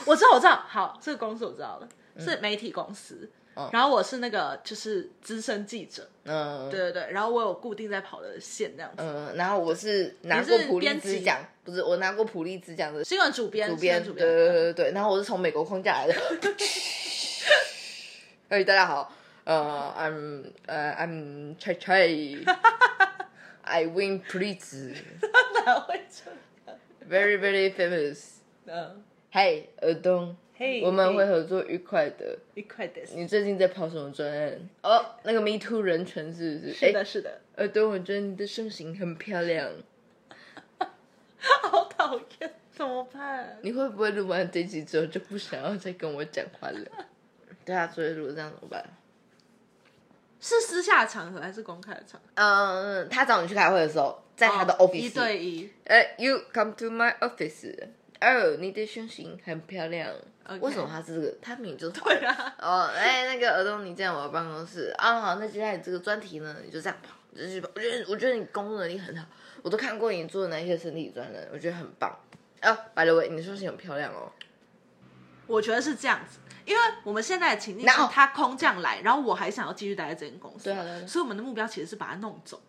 Speaker 2: 我知道，我知道，好，这个公司我知道了，
Speaker 1: 嗯
Speaker 2: 是媒体公司。
Speaker 1: 哦
Speaker 2: 然后我是那个就是资深记者，
Speaker 1: 嗯，
Speaker 2: 对对对，然后我有固定在跑的线这样子，
Speaker 1: 嗯，然后我是拿过
Speaker 2: 你是
Speaker 1: 普利
Speaker 2: 编辑
Speaker 1: 兹奖，不是我拿过普利兹奖的
Speaker 2: 新闻主编，
Speaker 1: 主
Speaker 2: 新
Speaker 1: 编，
Speaker 2: 闻
Speaker 1: 对
Speaker 2: 主
Speaker 1: 对
Speaker 2: 编，
Speaker 1: 对对对，然后我是从美国空降来的。哎，大家好，呃，I'm 呃 I'm Chai Chai，I win 普利兹
Speaker 2: 哪会这样？
Speaker 1: ，very very famous。
Speaker 2: 嗯，
Speaker 1: 嗨，尔东，
Speaker 2: 嘿，
Speaker 1: 我们会
Speaker 2: 嘿
Speaker 1: 合作愉快的。
Speaker 2: 一块的，是
Speaker 1: 你最近在跑什么专案？哦，那个 Me Too 人权是不是？哎
Speaker 2: 的，，是的，
Speaker 1: 尔东，我觉得你的身形很漂亮。
Speaker 2: 好讨厌，怎么办？
Speaker 1: 你会不会录完这集之后就不想要再跟我讲话了？ 对啊，所以如果这样怎么办？
Speaker 2: 是私下的场合还是公开的场合？哦
Speaker 1: 嗯，他找你去开会的时候，在他的 office，
Speaker 2: 一对一，
Speaker 1: 呃、y o u come to my office。哦，你的胸型很漂亮。
Speaker 2: OK
Speaker 1: 为什么他是这个？他明明就是
Speaker 2: 对啊，
Speaker 1: 哦，哎、那个耳东，你进来我的办公室啊、好，那接下来这个专题呢，你就这样跑，你就去跑。我觉得我觉得你工作能力很好，我都看过你做的那些身体专栏，我觉得很棒。啊，白了喂，你的胸型很漂亮哦。
Speaker 2: 我觉得是这样子。因为我们现在的情境是
Speaker 1: 哪有
Speaker 2: 他空降来，然后我还想要继续待在这间公司，
Speaker 1: 哦对啊对啊对啊
Speaker 2: 所以我们的目标其实是把他弄走，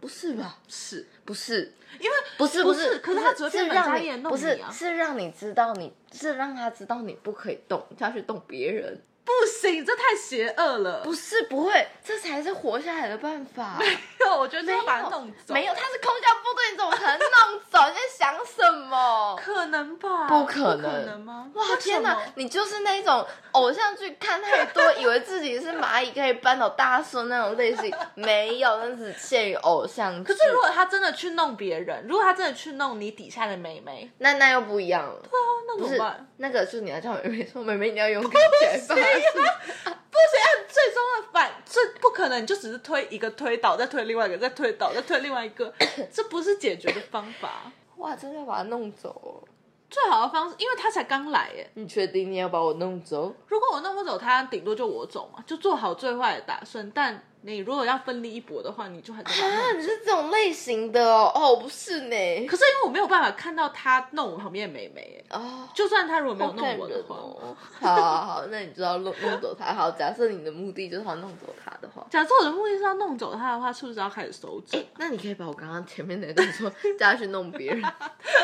Speaker 1: 不是吧？
Speaker 2: 是
Speaker 1: 不是，
Speaker 2: 因为
Speaker 1: 不是
Speaker 2: 不
Speaker 1: 是，
Speaker 2: 是可是
Speaker 1: 不
Speaker 2: 他昨天
Speaker 1: 是
Speaker 2: 本
Speaker 1: 让
Speaker 2: 家
Speaker 1: 你
Speaker 2: 也弄
Speaker 1: 不是
Speaker 2: 你啊
Speaker 1: 是让你知道你是让他知道你不可以动，他去动别人，
Speaker 2: 不行，这太邪恶了。
Speaker 1: 不是不会，这才是活下来的办法。
Speaker 2: 个， 我觉得
Speaker 1: 没
Speaker 2: 要
Speaker 1: 有
Speaker 2: 把它弄 走。
Speaker 1: 没有，他是空降部队，你怎么可能弄走？你在想什 么？
Speaker 2: 可能吧？
Speaker 1: 不可
Speaker 2: 可
Speaker 1: 能
Speaker 2: 吗？
Speaker 1: 哇
Speaker 2: 为
Speaker 1: 天
Speaker 2: 什
Speaker 1: 哪
Speaker 2: 么！
Speaker 1: 你就是那种偶像剧看太多，以为自己是蚂蚁可以扳倒大树那种类 型，没有，那只限于偶像剧。
Speaker 2: 可是如果他真的去弄别人，如果他真的去弄你底下的妹妹，
Speaker 1: 那那又不一样了，
Speaker 2: 哦，那
Speaker 1: 不
Speaker 2: 怎么
Speaker 1: 是
Speaker 2: 办？
Speaker 1: 那个就是你要叫妹妹说，妹妹你要勇敢起来 发誓。
Speaker 2: 不行，按最终的反这不可能，你就只是推一个推倒，再推另外一个，再推倒，再推另外一 个，这不是解决的方法。
Speaker 1: 哇，真的要把它弄走、哦？
Speaker 2: 最好的方式，因为他才刚来耶，
Speaker 1: 你确定你要把我弄走？
Speaker 2: 如果我弄不走他，顶多就我走嘛，就做好最坏的打算。但你如果要奋力一搏的话，你就还得把它弄
Speaker 1: 啊，你是这种类型的哦？哦，我不是呢。
Speaker 2: 可是因为我没有办法看到他弄我旁边的妹妹耶，
Speaker 1: 哦。
Speaker 2: 就算他如果没有
Speaker 1: 好感
Speaker 2: 弄我的
Speaker 1: 人
Speaker 2: 话，
Speaker 1: 哦，好好好，那你就要弄弄走他。好，假设你的目的就是要弄走他的话，
Speaker 2: 假设我的目的是要弄走他的话，是不是要开始收整？
Speaker 1: 那你可以把我刚刚前面那段 说叫他去弄别人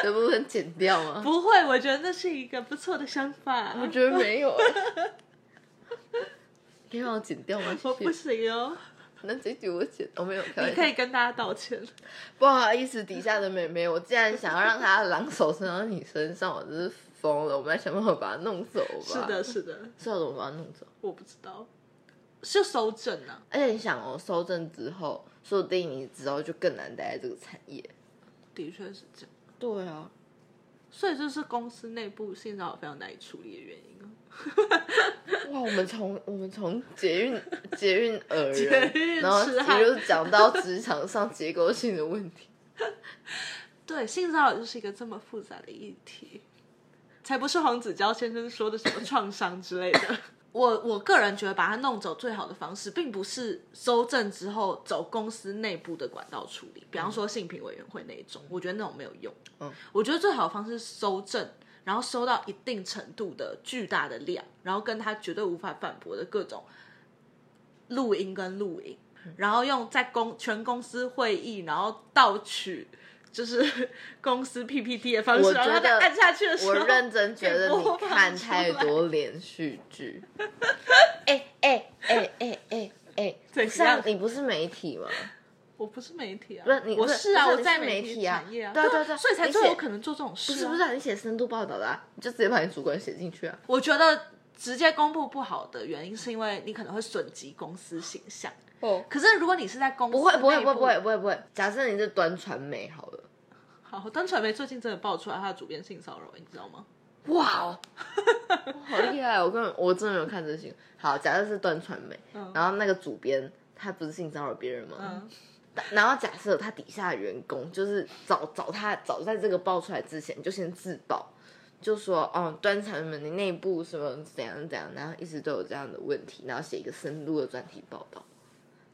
Speaker 1: 的部分剪掉吗？
Speaker 2: 不会，我觉得那是一个不错的想法。
Speaker 1: 我觉得没 有、欸。可以让我剪掉吗？
Speaker 2: 我
Speaker 1: 谢
Speaker 2: 不
Speaker 1: 谢。
Speaker 2: 行哦，
Speaker 1: 那这局我剪，哦我、没有开
Speaker 2: 你
Speaker 1: 玩
Speaker 2: 可
Speaker 1: 笑。
Speaker 2: 以跟大家道歉。
Speaker 1: 不好意思，底下的妹妹，我竟然想要让她狼手伸到你身上，我真是疯了。我们来想办法把她弄走吧。
Speaker 2: 是的，，是的，
Speaker 1: 是要啊怎么把她弄走？
Speaker 2: 我不知道，是收整啊。
Speaker 1: 而且你想哦，收证之后，说不定你之后就更难待在这个产业。
Speaker 2: 的确是这样。
Speaker 1: 对啊，
Speaker 2: 所以这是公司内部性骚扰非常难以处理的原因啊。
Speaker 1: 哇，我们从我们从捷运 捷运而
Speaker 2: 捷运
Speaker 1: 人，然后
Speaker 2: 痴
Speaker 1: 也
Speaker 2: 汉
Speaker 1: 就是讲到职场上结构性的问 题。
Speaker 2: 对，性骚扰就是一个这么复杂的议题，才不是黄子佼先生说的什么创伤之类的。 我我个人觉得，把它弄走最好的方式，并不是收证之后走公司内部的管道处理，比方说性评委员会那一种，我觉得那种没有用。
Speaker 1: 嗯，
Speaker 2: 我觉得最好的方式是收证，然后收到一定程度的巨大的量，然后跟他绝对无法反驳的各种录音跟录影，然后用在公全公司会议，然后盗取就是 公司 PPT 的方式，
Speaker 1: 我
Speaker 2: 然
Speaker 1: 觉
Speaker 2: 后他
Speaker 1: 得
Speaker 2: 在按下去的时候，
Speaker 1: 我认真觉得你看太多连续 剧。哎哎哎哎哎哎，
Speaker 2: 怎
Speaker 1: 不是啊
Speaker 2: 样
Speaker 1: 你不是媒体吗？
Speaker 2: 我不是媒体啊，
Speaker 1: 不是你
Speaker 2: 我
Speaker 1: 不是
Speaker 2: 是啊，
Speaker 1: 不是
Speaker 2: 我
Speaker 1: 你
Speaker 2: 在
Speaker 1: 是媒体啊
Speaker 2: 产业啊，
Speaker 1: 对啊
Speaker 2: 对
Speaker 1: 对啊对啊
Speaker 2: 所以才
Speaker 1: 你
Speaker 2: 最有
Speaker 1: 写
Speaker 2: 可能做这种事、
Speaker 1: 不
Speaker 2: 啊，
Speaker 1: 是不是啊，你写深度报道的啊，你就直接把你主管写进去啊。
Speaker 2: 我觉得直接公布不好的原因是因为你可能会损及公司形象。
Speaker 1: 哦，
Speaker 2: 可是如果你是在公司
Speaker 1: 不会不会
Speaker 2: 内
Speaker 1: 不会
Speaker 2: 部
Speaker 1: 不会不会不会。假设你是端传媒好了，
Speaker 2: 好，端传媒最近真的爆出来他的主编性骚扰，你知道吗？
Speaker 1: 哇哦，好厉害！我根本我真的没有看这些。好，假设是端传媒，然后那个主编他不是性骚扰别人吗？
Speaker 2: 嗯，
Speaker 1: 然后假设他底下的员工就是早早他早在这个爆出来之前就先自爆，就说哦，端传媒的内部什么怎样怎样，然后一直都有这样的问题，然后写一个深入的专题报道，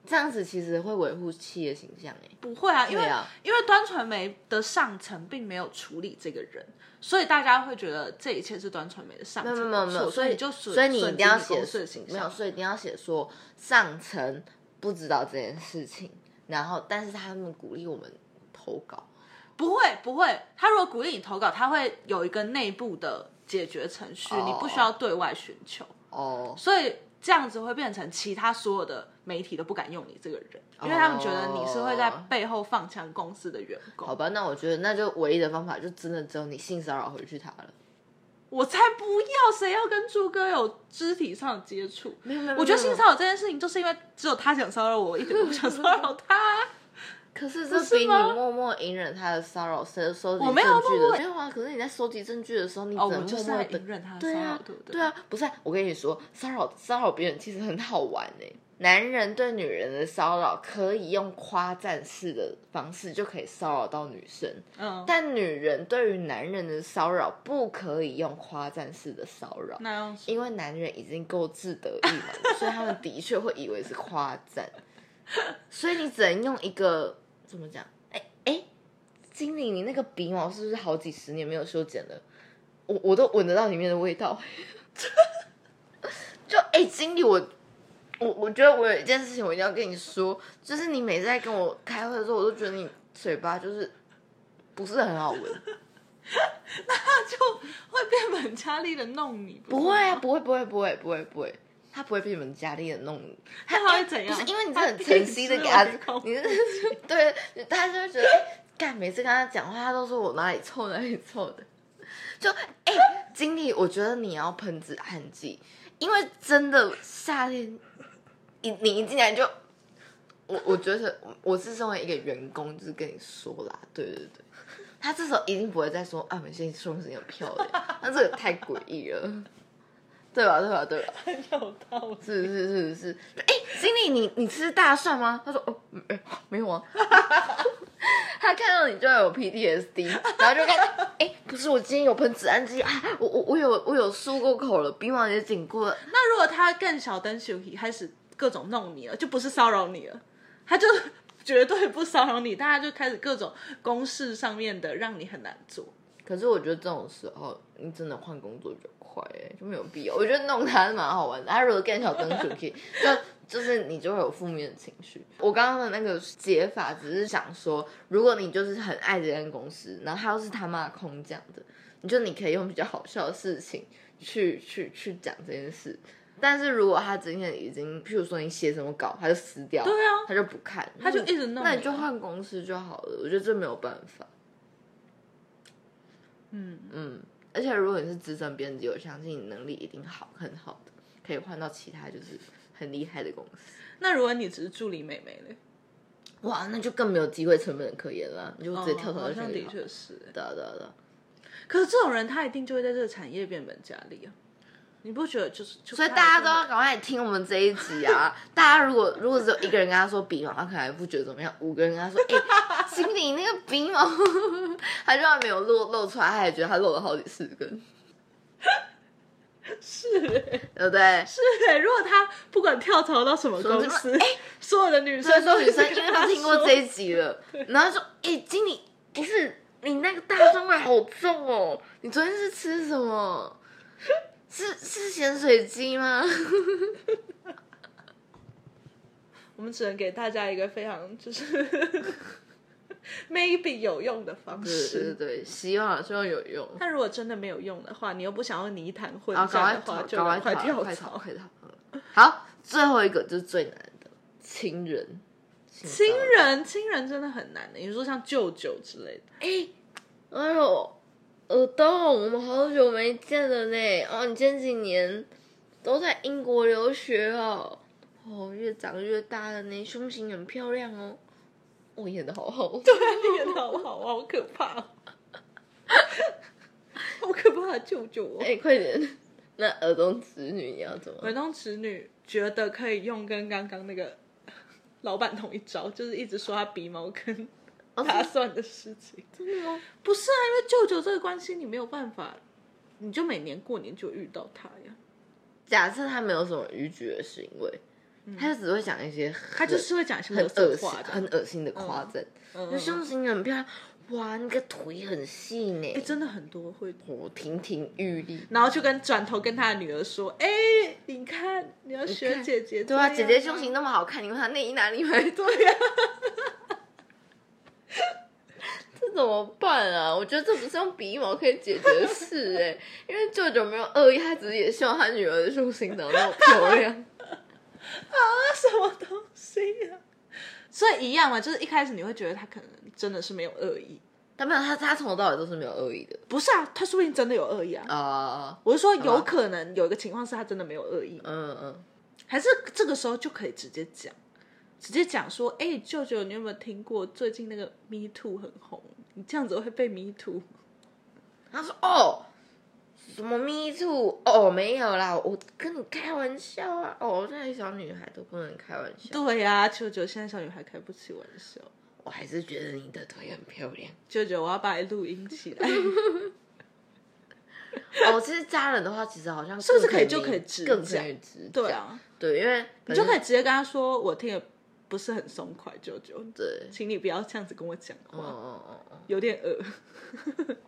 Speaker 1: 这样子其实会维护企业形象哎。
Speaker 2: 不会啊，因为、
Speaker 1: 对啊
Speaker 2: 因为端传媒的上层并没有处理这个人，所以大家会觉得这一切是端传媒的上
Speaker 1: 没有
Speaker 2: 层的
Speaker 1: 没有没有，
Speaker 2: 错所
Speaker 1: 以
Speaker 2: 你就损
Speaker 1: 所以你一定要
Speaker 2: 损及
Speaker 1: 写
Speaker 2: 公司的形
Speaker 1: 没有，
Speaker 2: 象。
Speaker 1: 所以一定要写说上层不知道这件事情，然后但是他们鼓励我们投稿，
Speaker 2: 不会不会，他如果鼓励你投稿，他会有一个内部的解决程序，
Speaker 1: 哦
Speaker 2: 你不需要对外寻求。
Speaker 1: 哦，
Speaker 2: 所以这样子会变成其他所有的媒体都不敢用你这个人，
Speaker 1: 哦
Speaker 2: 因为他们觉得你是会在背后放枪公司的员工。
Speaker 1: 好吧，那我觉得那就唯一的方法就真的只有你性骚扰回去他了。
Speaker 2: 我才不要，谁要跟猪哥有肢体上的接触？
Speaker 1: 没有没有
Speaker 2: 我觉得
Speaker 1: 没有
Speaker 2: 性骚扰这件事情，就是因为只有他想骚扰我，我一点都不想骚扰他。
Speaker 1: 可是这
Speaker 2: 是
Speaker 1: 比你
Speaker 2: 吗
Speaker 1: 默默隐忍他的骚扰、收收集
Speaker 2: 我
Speaker 1: 证
Speaker 2: 没有
Speaker 1: 据
Speaker 2: 默
Speaker 1: 的，
Speaker 2: 默
Speaker 1: 没有啊。可是你在收集证据的时候，你只
Speaker 2: 哦，我
Speaker 1: 能
Speaker 2: 就是
Speaker 1: 默
Speaker 2: 在
Speaker 1: 默
Speaker 2: 隐
Speaker 1: 的。
Speaker 2: 忍他的
Speaker 1: 对
Speaker 2: 骚扰，
Speaker 1: 啊
Speaker 2: 对不，对？
Speaker 1: 对啊，不是啊，我跟你说，骚扰骚扰别人其实很好玩哎、男人对女人的骚扰可以用夸赞式的方式就可以骚扰到女生，
Speaker 2: 嗯，
Speaker 1: 但女人对于男人的骚扰不可以用夸赞式的骚扰，
Speaker 2: 那样
Speaker 1: 因为男人已经够自得意满了，所以他们的确会以为是夸赞，所以你只能用一个怎么讲？哎哎，经理，你那个鼻毛是不是好几十年没有修剪了？我我都闻得到里面的味道。 就哎，经理，我我我觉得我有一件事情我一定要跟你说，就是你每次在跟我开会的时候，我都觉得你嘴巴就是不是很好闻。
Speaker 2: 他就会变本加厉的弄你。
Speaker 1: 不
Speaker 2: 是
Speaker 1: 会
Speaker 2: 吗
Speaker 1: 啊，不会，不会，不会，不会，不会。他不会被你们家里人弄，
Speaker 2: 他会怎
Speaker 1: 不
Speaker 2: 样？
Speaker 1: 是因为你是很诚心的给他
Speaker 2: 他一定吃我的，口
Speaker 1: 你是 对，他就会觉得，哎、干每次跟他讲话，他都说我哪里臭哪里臭的，就哎、经理，我觉得你要喷止汗剂，因为真的夏天，一你一进来就，我我觉得我我是身为一个员工，就是跟你说啦，对对对。他这时候一定不会再说啊，美心胸型很漂亮，那这个太诡异了，对吧？对吧？对吧？
Speaker 2: 很有道理。
Speaker 1: 是是是是，哎、经理，你你吃大蒜吗？他说哦，嗯哎没有啊。 他看到你就有 PTSD，然后就看，哎、不是我今天有喷止汗剂啊，我我我有我有漱过口了，鼻毛也紧过了，
Speaker 2: 那如果他更小灯球开始各种弄你了，就不是骚扰你了，他就绝对不骚扰你，大家就开始各种公式上面的让你很难做。
Speaker 1: 可是我觉得这种时候，你真的换工作比较快、欸，就没有必要。我觉得弄他是蛮好玩的。他如果干小灯出 去，就就是你就会有负面的情绪。我刚刚的那个解法只是想说，如果你就是很爱这间公司，然后他又是他妈空降的，你就你可以用比较好笑的事情去去去讲这件事。但是如果他今天已经，譬如说你写什么稿，他就撕掉，
Speaker 2: 对啊
Speaker 1: 他就不看，
Speaker 2: 他就一直弄
Speaker 1: 那你
Speaker 2: 你
Speaker 1: 就
Speaker 2: 啊
Speaker 1: 换公司就好了。我觉得这没有办法。
Speaker 2: 嗯，
Speaker 1: 嗯，而且如果你是资深编辑，我相信你能力一定好，很好的，可以换到其他就是很厉害的公司。
Speaker 2: 那如果你只是助理妹妹嘞，
Speaker 1: 哇，那就更没有机会成本可言了，你就直接跳槽
Speaker 2: 哦好
Speaker 1: 到这
Speaker 2: 像
Speaker 1: 里
Speaker 2: 的
Speaker 1: 好了。
Speaker 2: 确是。
Speaker 1: 对啊对啊对啊
Speaker 2: 可是这种人他一定就会在这个产业变本加厉啊！你不觉得就是？就
Speaker 1: 所以
Speaker 2: 他
Speaker 1: 大家
Speaker 2: 真
Speaker 1: 都
Speaker 2: 的
Speaker 1: 要赶快来听我们这一集啊！大家如果如果只有一个人跟他说鼻毛，他可能还不觉得怎么样；五个人跟 他说，哎、经理那个鼻毛， 他就算没有露露出来，他也觉得他露了好几四根，
Speaker 2: 是欸
Speaker 1: 对不对？
Speaker 2: 是欸，如果他不管跳槽到什么
Speaker 1: 说哎
Speaker 2: 公司，所有的女
Speaker 1: 所以
Speaker 2: 生
Speaker 1: 说
Speaker 2: 都
Speaker 1: 女生因为都听过这
Speaker 2: 一直跟他说，
Speaker 1: 一集 了，然后就哎、经理不是你那个大蒜味好重哦，你昨天是吃什么？是是咸水鸡 吗？
Speaker 2: 我们只能给大家一个非常就是 maybe 有用的方
Speaker 1: 对对对
Speaker 2: 式。
Speaker 1: 对，希望希望有 用。
Speaker 2: 但如果真的没有用的话，你又不想要泥潭混
Speaker 1: 然啊后赶快
Speaker 2: 战的话，
Speaker 1: 逃，
Speaker 2: 就
Speaker 1: 赶快
Speaker 2: 快
Speaker 1: 逃，
Speaker 2: 跳
Speaker 1: 快逃，
Speaker 2: 槽。
Speaker 1: 快逃！好，最后一个就是最难的亲人，
Speaker 2: 亲
Speaker 1: 亲人。
Speaker 2: 人，亲人真的很难的。你说像舅舅之类的，
Speaker 1: 哎呦，耳洞，我们好久没见了呢。哦，你前几年都在英国留学哦。哦，越长越大了呢，胸型很漂亮哦。我、演的好哦 好，对，
Speaker 2: 那个好好啊，好可 怕哦，好可怕的舅舅哦
Speaker 1: 哎、！快点。那耳洞子女你要怎么
Speaker 2: 文？东侄女觉得可以用跟刚刚那个老板同一招，就是一直说他鼻毛跟
Speaker 1: 哦
Speaker 2: 打算的事情。
Speaker 1: 真的哦，
Speaker 2: 不是啊，因为舅舅这个关系你没有办法，你就每年过年就遇到他呀，
Speaker 1: 假设他没有什么逾矩的行为，他就只会讲一些很，
Speaker 2: 嗯他就是会讲一些
Speaker 1: 很
Speaker 2: 垃
Speaker 1: 恶
Speaker 2: 圾
Speaker 1: 心、
Speaker 2: 话的。
Speaker 1: 很恶心的夸赞。
Speaker 2: 嗯
Speaker 1: 那、胸型很漂亮，哇，你个腿很细呢
Speaker 2: 哎，，真的很多会，
Speaker 1: 我亭亭玉立。
Speaker 2: 然后就跟转头跟他的女儿说：“哎、你看，你要学姐姐这
Speaker 1: 对
Speaker 2: 样啊，
Speaker 1: 啊，姐姐胸型那么好看，你问她内衣哪里买？
Speaker 2: 对呀、
Speaker 1: 这怎么办啊？我觉得这不是用鼻毛可以解决的事哎、 因为舅舅没有恶意，他只是也希望他女儿的胸型长得那么漂亮。
Speaker 2: 什么东西呀、所以一样嘛，就是一开始你会觉得他可能真的是没有恶意，
Speaker 1: 但没有，他他从头到尾都是没有恶意的
Speaker 2: 不是啊，他说不定真的有恶意啊。
Speaker 1: 啊、
Speaker 2: 我是说有可能有一个情况是他真的没有恶意，
Speaker 1: 嗯嗯，
Speaker 2: 还是这个时候就可以直接讲，直接讲说，哎、舅舅，你有没有听过最近那个 Me Too 很红？你这样子会被 Me Too？
Speaker 1: 他说哦。什么 me too？哦，没有啦，我跟你开玩笑啊！哦，那些小女孩都不能开玩笑。
Speaker 2: 对呀、舅舅，现在小女孩开不起玩笑。
Speaker 1: 我还是觉得你的腿很漂亮。
Speaker 2: 舅舅，我要把你录音起来。
Speaker 1: 哦，其实家人的话，其实好像
Speaker 2: 是不是
Speaker 1: 更
Speaker 2: 可以就可以
Speaker 1: 明
Speaker 2: 直
Speaker 1: 更
Speaker 2: 讲
Speaker 1: 可以直
Speaker 2: 对
Speaker 1: 讲
Speaker 2: 啊，
Speaker 1: 对，因为
Speaker 2: 你就可以
Speaker 1: 以
Speaker 2: 直接跟他说，我听得不是很松快，舅舅，
Speaker 1: 对，
Speaker 2: 请你不要这样子跟我讲
Speaker 1: 哦
Speaker 2: 话，
Speaker 1: 哦哦
Speaker 2: 有点恶。
Speaker 1: 哦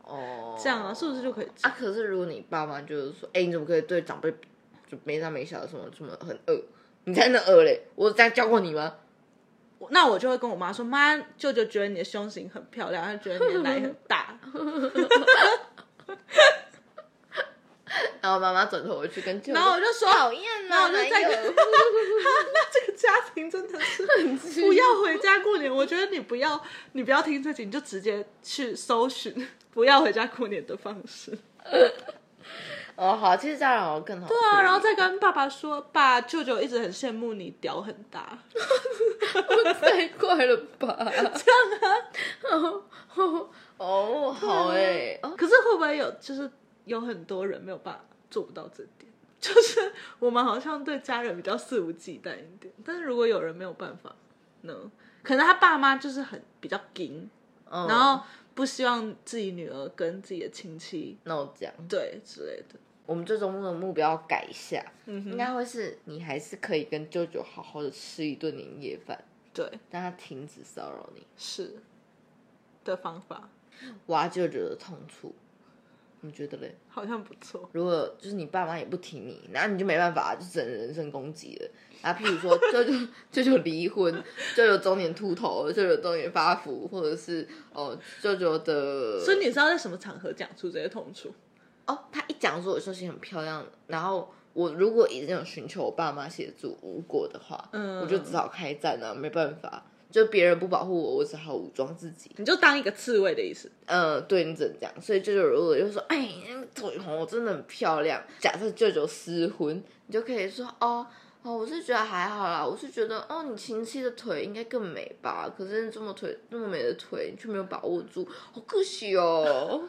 Speaker 1: 哦，
Speaker 2: 这样啊，是不是就可以这
Speaker 1: 啊
Speaker 2: 样？？
Speaker 1: 可是如果你爸妈就是说，哎、你怎么可以对长辈就没大没小的什么什么很恶，你才能恶嘞？我有这样教过你吗？
Speaker 2: 我那我就会跟我妈说，妈，舅舅觉得你的胸型很漂亮，他觉得你的奶很大。
Speaker 1: 啊、然后妈妈转头回去跟舅，
Speaker 2: 然后我就说
Speaker 1: 讨厌
Speaker 2: 然后
Speaker 1: 呐，
Speaker 2: 我就再
Speaker 1: 男
Speaker 2: 跟
Speaker 1: 友
Speaker 2: 那这个家庭真的是 不要回家过年。我觉得你不要，你不要听这集，你就直接去搜寻 不要回家过年的方式。
Speaker 1: 哦好，其实这样好像更好。
Speaker 2: 对啊，然后再跟爸爸说，爸，舅舅一直很羡慕你屌很大。
Speaker 1: 太怪了 吧？这样啊？哦，好哎、哦
Speaker 2: 可是会不会有，就是有很多人没有办法做不到这点？ 就是我们好像对家人比较肆无忌惮一点，但是如果有人没有办法呢？可能他爸妈就是很比较紧，
Speaker 1: 嗯
Speaker 2: 然后不希望自己女儿跟自己的亲戚
Speaker 1: 那我讲，
Speaker 2: 对之类的。
Speaker 1: 我们最终的目标改一下，
Speaker 2: 嗯
Speaker 1: 应
Speaker 2: 哼，
Speaker 1: 该会是你还是可以跟舅舅好好的吃一顿年夜饭，
Speaker 2: 对，
Speaker 1: 让他停止骚扰你，
Speaker 2: 是的方法
Speaker 1: 挖舅舅的痛处。你觉得嘞？
Speaker 2: 好像不错。
Speaker 1: 如果就是你爸妈也不听你，那你就没办法，就只能人身攻击了。啊，譬如说舅舅舅舅离婚， 舅舅中年秃头，舅舅中年发福，或者是哦舅舅的，
Speaker 2: 所以你知道在什么场合讲出这些痛处？
Speaker 1: 哦，他一讲说我休息很漂亮，然后我如果已经有寻求我爸妈协助无果的话，
Speaker 2: 嗯
Speaker 1: 我就只好开战了、没办法，就别人不保护我，我只好武装自己。
Speaker 2: 你就当一个刺猬的意思。
Speaker 1: 嗯，对你只能这样。所以舅舅如果就说，哎，那个腿红，我真的很漂亮。假设舅舅失婚，你就可以说，哦。哦，我是觉得还好啦，我是觉得哦，你前妻的腿应该更美吧？可是这么腿那么美的腿，你却没有把握住，好可惜哦。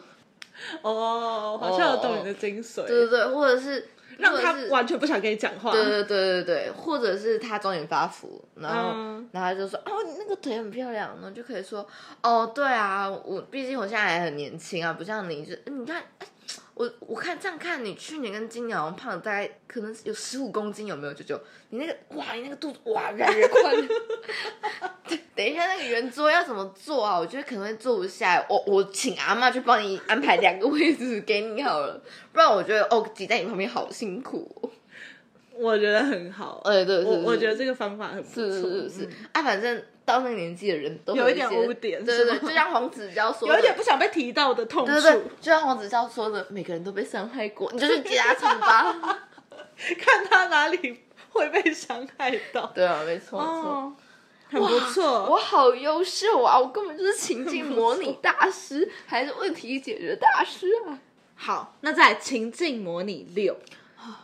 Speaker 2: 哦，好像有懂你的精髓。
Speaker 1: 对对对，或者是
Speaker 2: 让
Speaker 1: 或者
Speaker 2: 他
Speaker 1: 是
Speaker 2: 完全不想跟你讲话。
Speaker 1: 对对对对对，或者是他中年发福，然后、
Speaker 2: 嗯
Speaker 1: 然后他就说哦，你那个腿很漂亮，然后就可以说哦，对啊，我毕竟我现在还很年轻啊，不像你，就你看，哎我我看这样看你去年跟今年好像胖了大概可能有十五公斤，有没有？舅舅，你那个哇，你那个肚子哇越来越宽。 等一下那个圆桌要怎么做啊？我觉得可能会坐不下来，我我请阿妈去帮你安排两个位置给你好了，不然我觉得哦挤在你旁边好辛苦、哦。
Speaker 2: 我觉得很好。
Speaker 1: 哎，对，
Speaker 2: 我
Speaker 1: 是
Speaker 2: 我
Speaker 1: 是
Speaker 2: 觉得这个方法很不错。
Speaker 1: 是是是是
Speaker 2: 嗯，
Speaker 1: 啊，反正到那个年纪的人都会
Speaker 2: 有一
Speaker 1: 一
Speaker 2: 点
Speaker 1: 些
Speaker 2: 污点
Speaker 1: 对
Speaker 2: 是
Speaker 1: 对对，
Speaker 2: 吗
Speaker 1: 就像黄子佼说的，
Speaker 2: 有一点不想被提到的痛处。
Speaker 1: 对对对，就像黄子佼说的，每个人都被伤害过，你就去加惩 吧。
Speaker 2: 看他哪里会被伤害到。
Speaker 1: 对啊，没错没错。
Speaker 2: 哦，很不
Speaker 1: 我
Speaker 2: 错。
Speaker 1: 好优秀啊！我根本就是情境模拟大师，还是问题解决大师啊！
Speaker 2: 好，那在情境模拟六。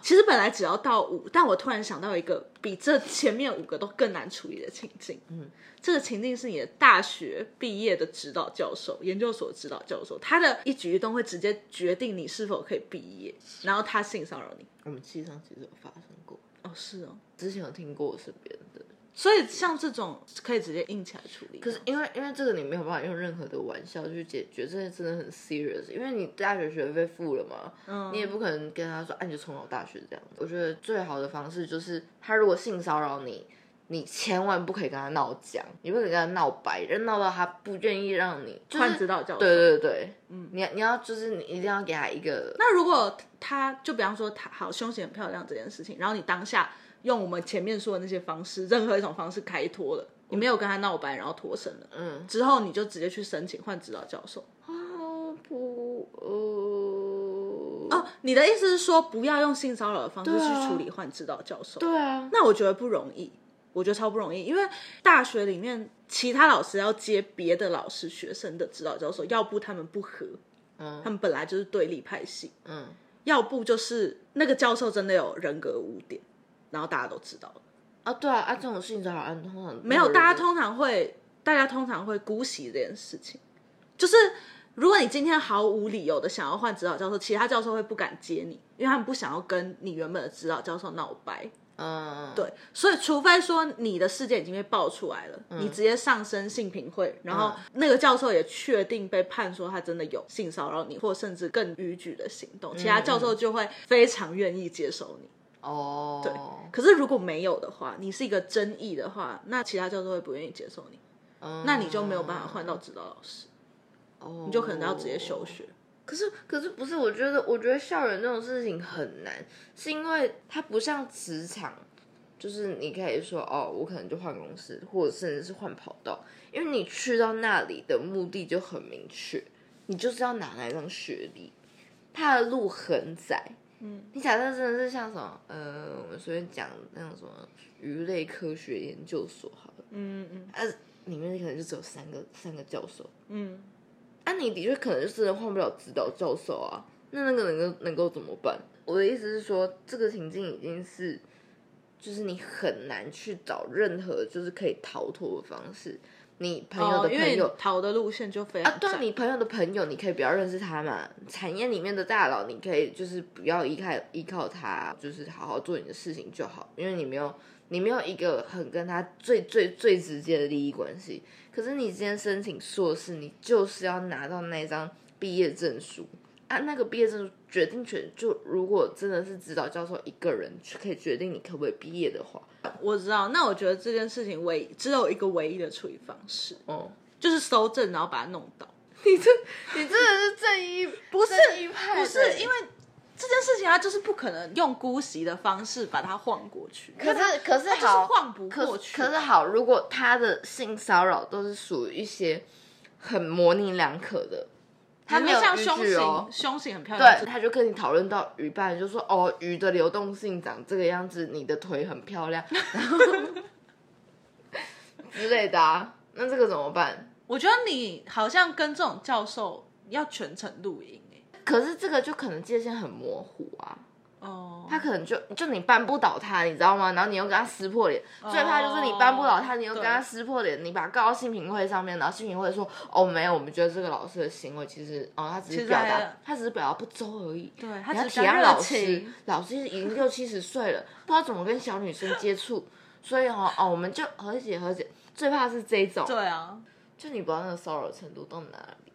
Speaker 2: 其实本来只要到五，但我突然想到一个比这前面五个都更难处理的情境。嗯，这个情境是你的大学毕业的指导教授、研究所指导教授，他的一举一动会直接决定你是否可以毕业，然后他性骚扰你。
Speaker 1: 我们系上其实有发生过，
Speaker 2: 哦，是哦。
Speaker 1: 之前有听过我身边的，
Speaker 2: 所以像这种可以直接硬起来处理。
Speaker 1: 可是因为因为这个你没有办法用任何的玩笑去解决，这真的很 serious。因为你大学学费付了嘛，
Speaker 2: 嗯
Speaker 1: 你也不可能跟他说，哎、你就重考大学这样。我觉得最好的方式就是，他如果性骚扰你，你千万不可以跟他闹僵，你不可以跟他闹白，人闹到他不愿意让你。就
Speaker 2: 换指
Speaker 1: 是
Speaker 2: 导教授。
Speaker 1: 对对对，嗯，你要你要就是你一定要给他一个，
Speaker 2: 那如果他就比方说他好胸型很漂亮这件事情，然后你当下用我们前面说的那些方式，任何一种方式开脱了，你没有跟他闹掰，然后脱身了，
Speaker 1: 嗯，
Speaker 2: 之后你就直接去申请换指导教授。
Speaker 1: 哦不，呃，
Speaker 2: 哦，你的意思是说不要用性骚扰的方式
Speaker 1: 对啊
Speaker 2: 去处理换指导教授？
Speaker 1: 对啊，
Speaker 2: 那我觉得不容易，我觉得超不容易，因为大学里面其他老师要接别的老师学生的指导教授，要不他们不合，
Speaker 1: 嗯
Speaker 2: 他们本来就是对立派系，
Speaker 1: 嗯，
Speaker 2: 要不就是那个教授真的有人格污点，然后大家都知道了。
Speaker 1: 啊对啊，啊这种性骚扰案通常
Speaker 2: 没有，
Speaker 1: 人
Speaker 2: 大家
Speaker 1: 会
Speaker 2: 通常会，大家通常会姑息这件事情。就是如果你今天毫无理由的想要换指导教授，其他教授会不敢接你，因为他们不想要跟你原本的指导教授闹掰。
Speaker 1: 嗯
Speaker 2: 对，所以除非说你的事件已经被爆出来了，你直接上升性平会，然后那个教授也确定被判说他真的有性骚扰你，或甚至更逾矩的行动，其他教授就会非常愿意接受你。
Speaker 1: 哦，
Speaker 2: 对，可是如果没有的话，你是一个争议的话，那其他教授会不愿意接受你，
Speaker 1: 嗯
Speaker 2: 那你就没有办法换到指导老师，
Speaker 1: 哦
Speaker 2: 你就可能要直接休学。
Speaker 1: 可是，可是不是？我觉得，我觉得校园这种事情很难，是因为它不像职场，就是你可以说哦，我可能就换公司，或者甚至是换跑道，因为你去到那里的目的就很明确，你就是要拿来当学历，它的路很窄，
Speaker 2: 嗯，
Speaker 1: 你假设真的是像什么，呃，我们随便讲那种什么鱼类科学研究所好了，
Speaker 2: 嗯嗯
Speaker 1: 呃，里面可能就只有三个三个教授，
Speaker 2: 嗯，
Speaker 1: 啊，你的确可能就是换不了指导教授啊，那那个能够能够怎么办？我的意思是说，这个情境已经是，就是你很难去找任何就是可以逃脱的方式。你朋友
Speaker 2: 哦
Speaker 1: 的
Speaker 2: 因
Speaker 1: 朋
Speaker 2: 为
Speaker 1: 友、
Speaker 2: 逃的路线就非常
Speaker 1: 啊，对啊
Speaker 2: 窄，
Speaker 1: 你朋友的朋友，你可以不要认识他嘛。产业里面的大佬，你可以就是不要依靠依靠他，就是好好做你的事情就好，因为你没有你没有一个很跟他最最最直接的利益关系。可是你今天申请硕士，你就是要拿到那张毕业证书啊，那个毕业证书决定权就如果真的是指导教授一个人去可以决定你可不可以毕业的话，
Speaker 2: 我知道。那我觉得这件事情唯只有一个唯一的处理方式，
Speaker 1: 哦、
Speaker 2: 就是搜证，然后把它弄倒。
Speaker 1: 你真的是正义
Speaker 2: 不是
Speaker 1: 正义派的，
Speaker 2: 不是因为这件事情，它就是不可能用姑息的方式把它晃过去。
Speaker 1: 可是可是
Speaker 2: 它就是
Speaker 1: 好
Speaker 2: 晃不
Speaker 1: 可
Speaker 2: 过
Speaker 1: 是
Speaker 2: 去。
Speaker 1: 可是好，如果他的性骚扰都是属于一些很模棱两可的，他
Speaker 2: 你
Speaker 1: 没
Speaker 2: 会
Speaker 1: 有
Speaker 2: 像
Speaker 1: 依
Speaker 2: 胸
Speaker 1: 据
Speaker 2: 型，
Speaker 1: 哦。
Speaker 2: 胸型很漂亮。
Speaker 1: 对，他就跟你讨论到鱼伴，就说哦，鱼的流动性长这个样子，你的腿很漂亮， 然后之类的啊。那这个怎么办？
Speaker 2: 我觉得你好像跟这种教授要全程录音哎、
Speaker 1: 可是这个就可能界限很模糊啊，
Speaker 2: 哦，
Speaker 1: 他可能就就你扳不倒他，你知道吗？然后你又跟他撕破脸，
Speaker 2: 哦
Speaker 1: 最怕就是你扳不倒他，你又
Speaker 2: 对
Speaker 1: 跟他撕破脸，你把他告到性平会上面，然后性平会说哦没有，我们觉得这个老师的行为其实哦他只
Speaker 2: 其
Speaker 1: 是
Speaker 2: 实
Speaker 1: 表
Speaker 2: 还
Speaker 1: 达他只是表达不周而已。
Speaker 2: 对他
Speaker 1: 你要
Speaker 2: 只
Speaker 1: 体
Speaker 2: 是比较
Speaker 1: 谅老
Speaker 2: 热
Speaker 1: 师
Speaker 2: 情，，
Speaker 1: 老师已经六七十岁了，不知道怎么跟小女生接触，所以哦哦我们就和解和解。最怕是这种，
Speaker 2: 对啊，
Speaker 1: 就你不知道那个骚扰程度到哪里，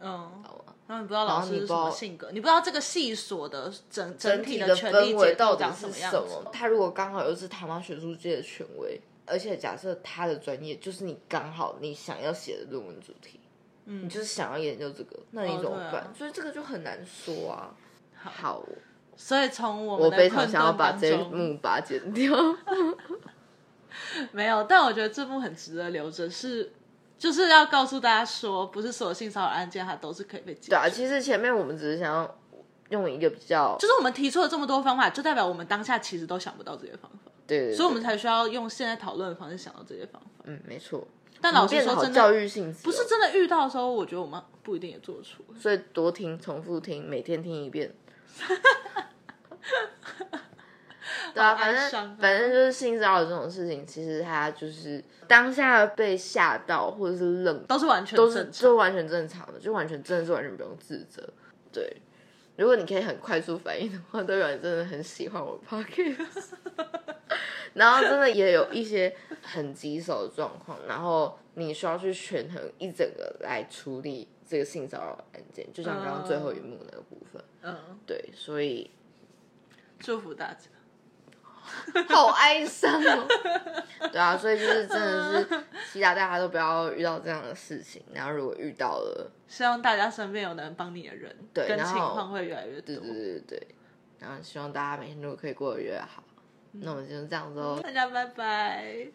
Speaker 2: 嗯，
Speaker 1: 好吗？
Speaker 2: 然后你不知道老师
Speaker 1: 然后
Speaker 2: 是什么
Speaker 1: 你不知道
Speaker 2: 性格，你不知道这个系所的整整
Speaker 1: 整
Speaker 2: 体
Speaker 1: 体
Speaker 2: 的
Speaker 1: 的
Speaker 2: 权力
Speaker 1: 氛
Speaker 2: 结
Speaker 1: 围
Speaker 2: 构
Speaker 1: 到底
Speaker 2: 长
Speaker 1: 是
Speaker 2: 么样
Speaker 1: 什
Speaker 2: 子
Speaker 1: 么？他如果刚好又是他妈学术界的权威，而且假设他的专业就是你刚好你想要写的论文主题，
Speaker 2: 嗯
Speaker 1: 你就是想要研究这个，那你
Speaker 2: 哦
Speaker 1: 怎么
Speaker 2: 对啊
Speaker 1: 办？所以这个就很难说啊。好，
Speaker 2: 所以从我
Speaker 1: 我
Speaker 2: 们的
Speaker 1: 非常
Speaker 2: 困
Speaker 1: 想要
Speaker 2: 顿
Speaker 1: 把
Speaker 2: 当
Speaker 1: 这一
Speaker 2: 中，
Speaker 1: 幕把它剪掉。
Speaker 2: 没有，但我觉得这幕很值得留着，是就是要告诉大家说，不是所有性骚扰案件它都是可以被解决
Speaker 1: 对啊，其实前面我们只是想要用一个比较，
Speaker 2: 就是我们提出了这么多方法，就代表我们当下其实都想不到这些方法，
Speaker 1: 对对对，
Speaker 2: 所以我们才需要用现在讨论的方式想到这些方法。
Speaker 1: 嗯没错。
Speaker 2: 但老
Speaker 1: 我们
Speaker 2: 实
Speaker 1: 变得
Speaker 2: 说，
Speaker 1: 好
Speaker 2: 真
Speaker 1: 教
Speaker 2: 的
Speaker 1: 育性质哦，
Speaker 2: 不是真的遇到的时候，我觉得我们不一定也做得出来。
Speaker 1: 所以多听、重复听，每天听一 遍。对啊，
Speaker 2: 好哀
Speaker 1: 反正
Speaker 2: 伤啊
Speaker 1: 反正就是性骚扰这种事情，其实它就是当下被吓到或者是冷，
Speaker 2: 都是完全
Speaker 1: 都是
Speaker 2: 正常。
Speaker 1: 嗯就完全正常的，就完全真的是完全不用自责。对，如果你可以很快速反应的话， 代表你真的很喜欢我 p o c k e t 然后真的也有一些很棘手的状况，然后你需要去权衡一整个来处理这个性骚扰案件，就像刚刚最后一幕那个部分。
Speaker 2: 嗯，
Speaker 1: 对，所以
Speaker 2: 祝福大家。
Speaker 1: 好哀伤 哦。对啊，所以就是真的是希望大家都不要遇到这样的事情，然后如果遇到了。
Speaker 2: 希望大家身边有能帮你的人，
Speaker 1: 对
Speaker 2: 跟
Speaker 1: 然
Speaker 2: 情
Speaker 1: 后
Speaker 2: 况会越来越
Speaker 1: 对。
Speaker 2: 多
Speaker 1: 对对对对，然后希望大家每天都可以过得越好。那我们就这样子哦，
Speaker 2: 大家拜拜。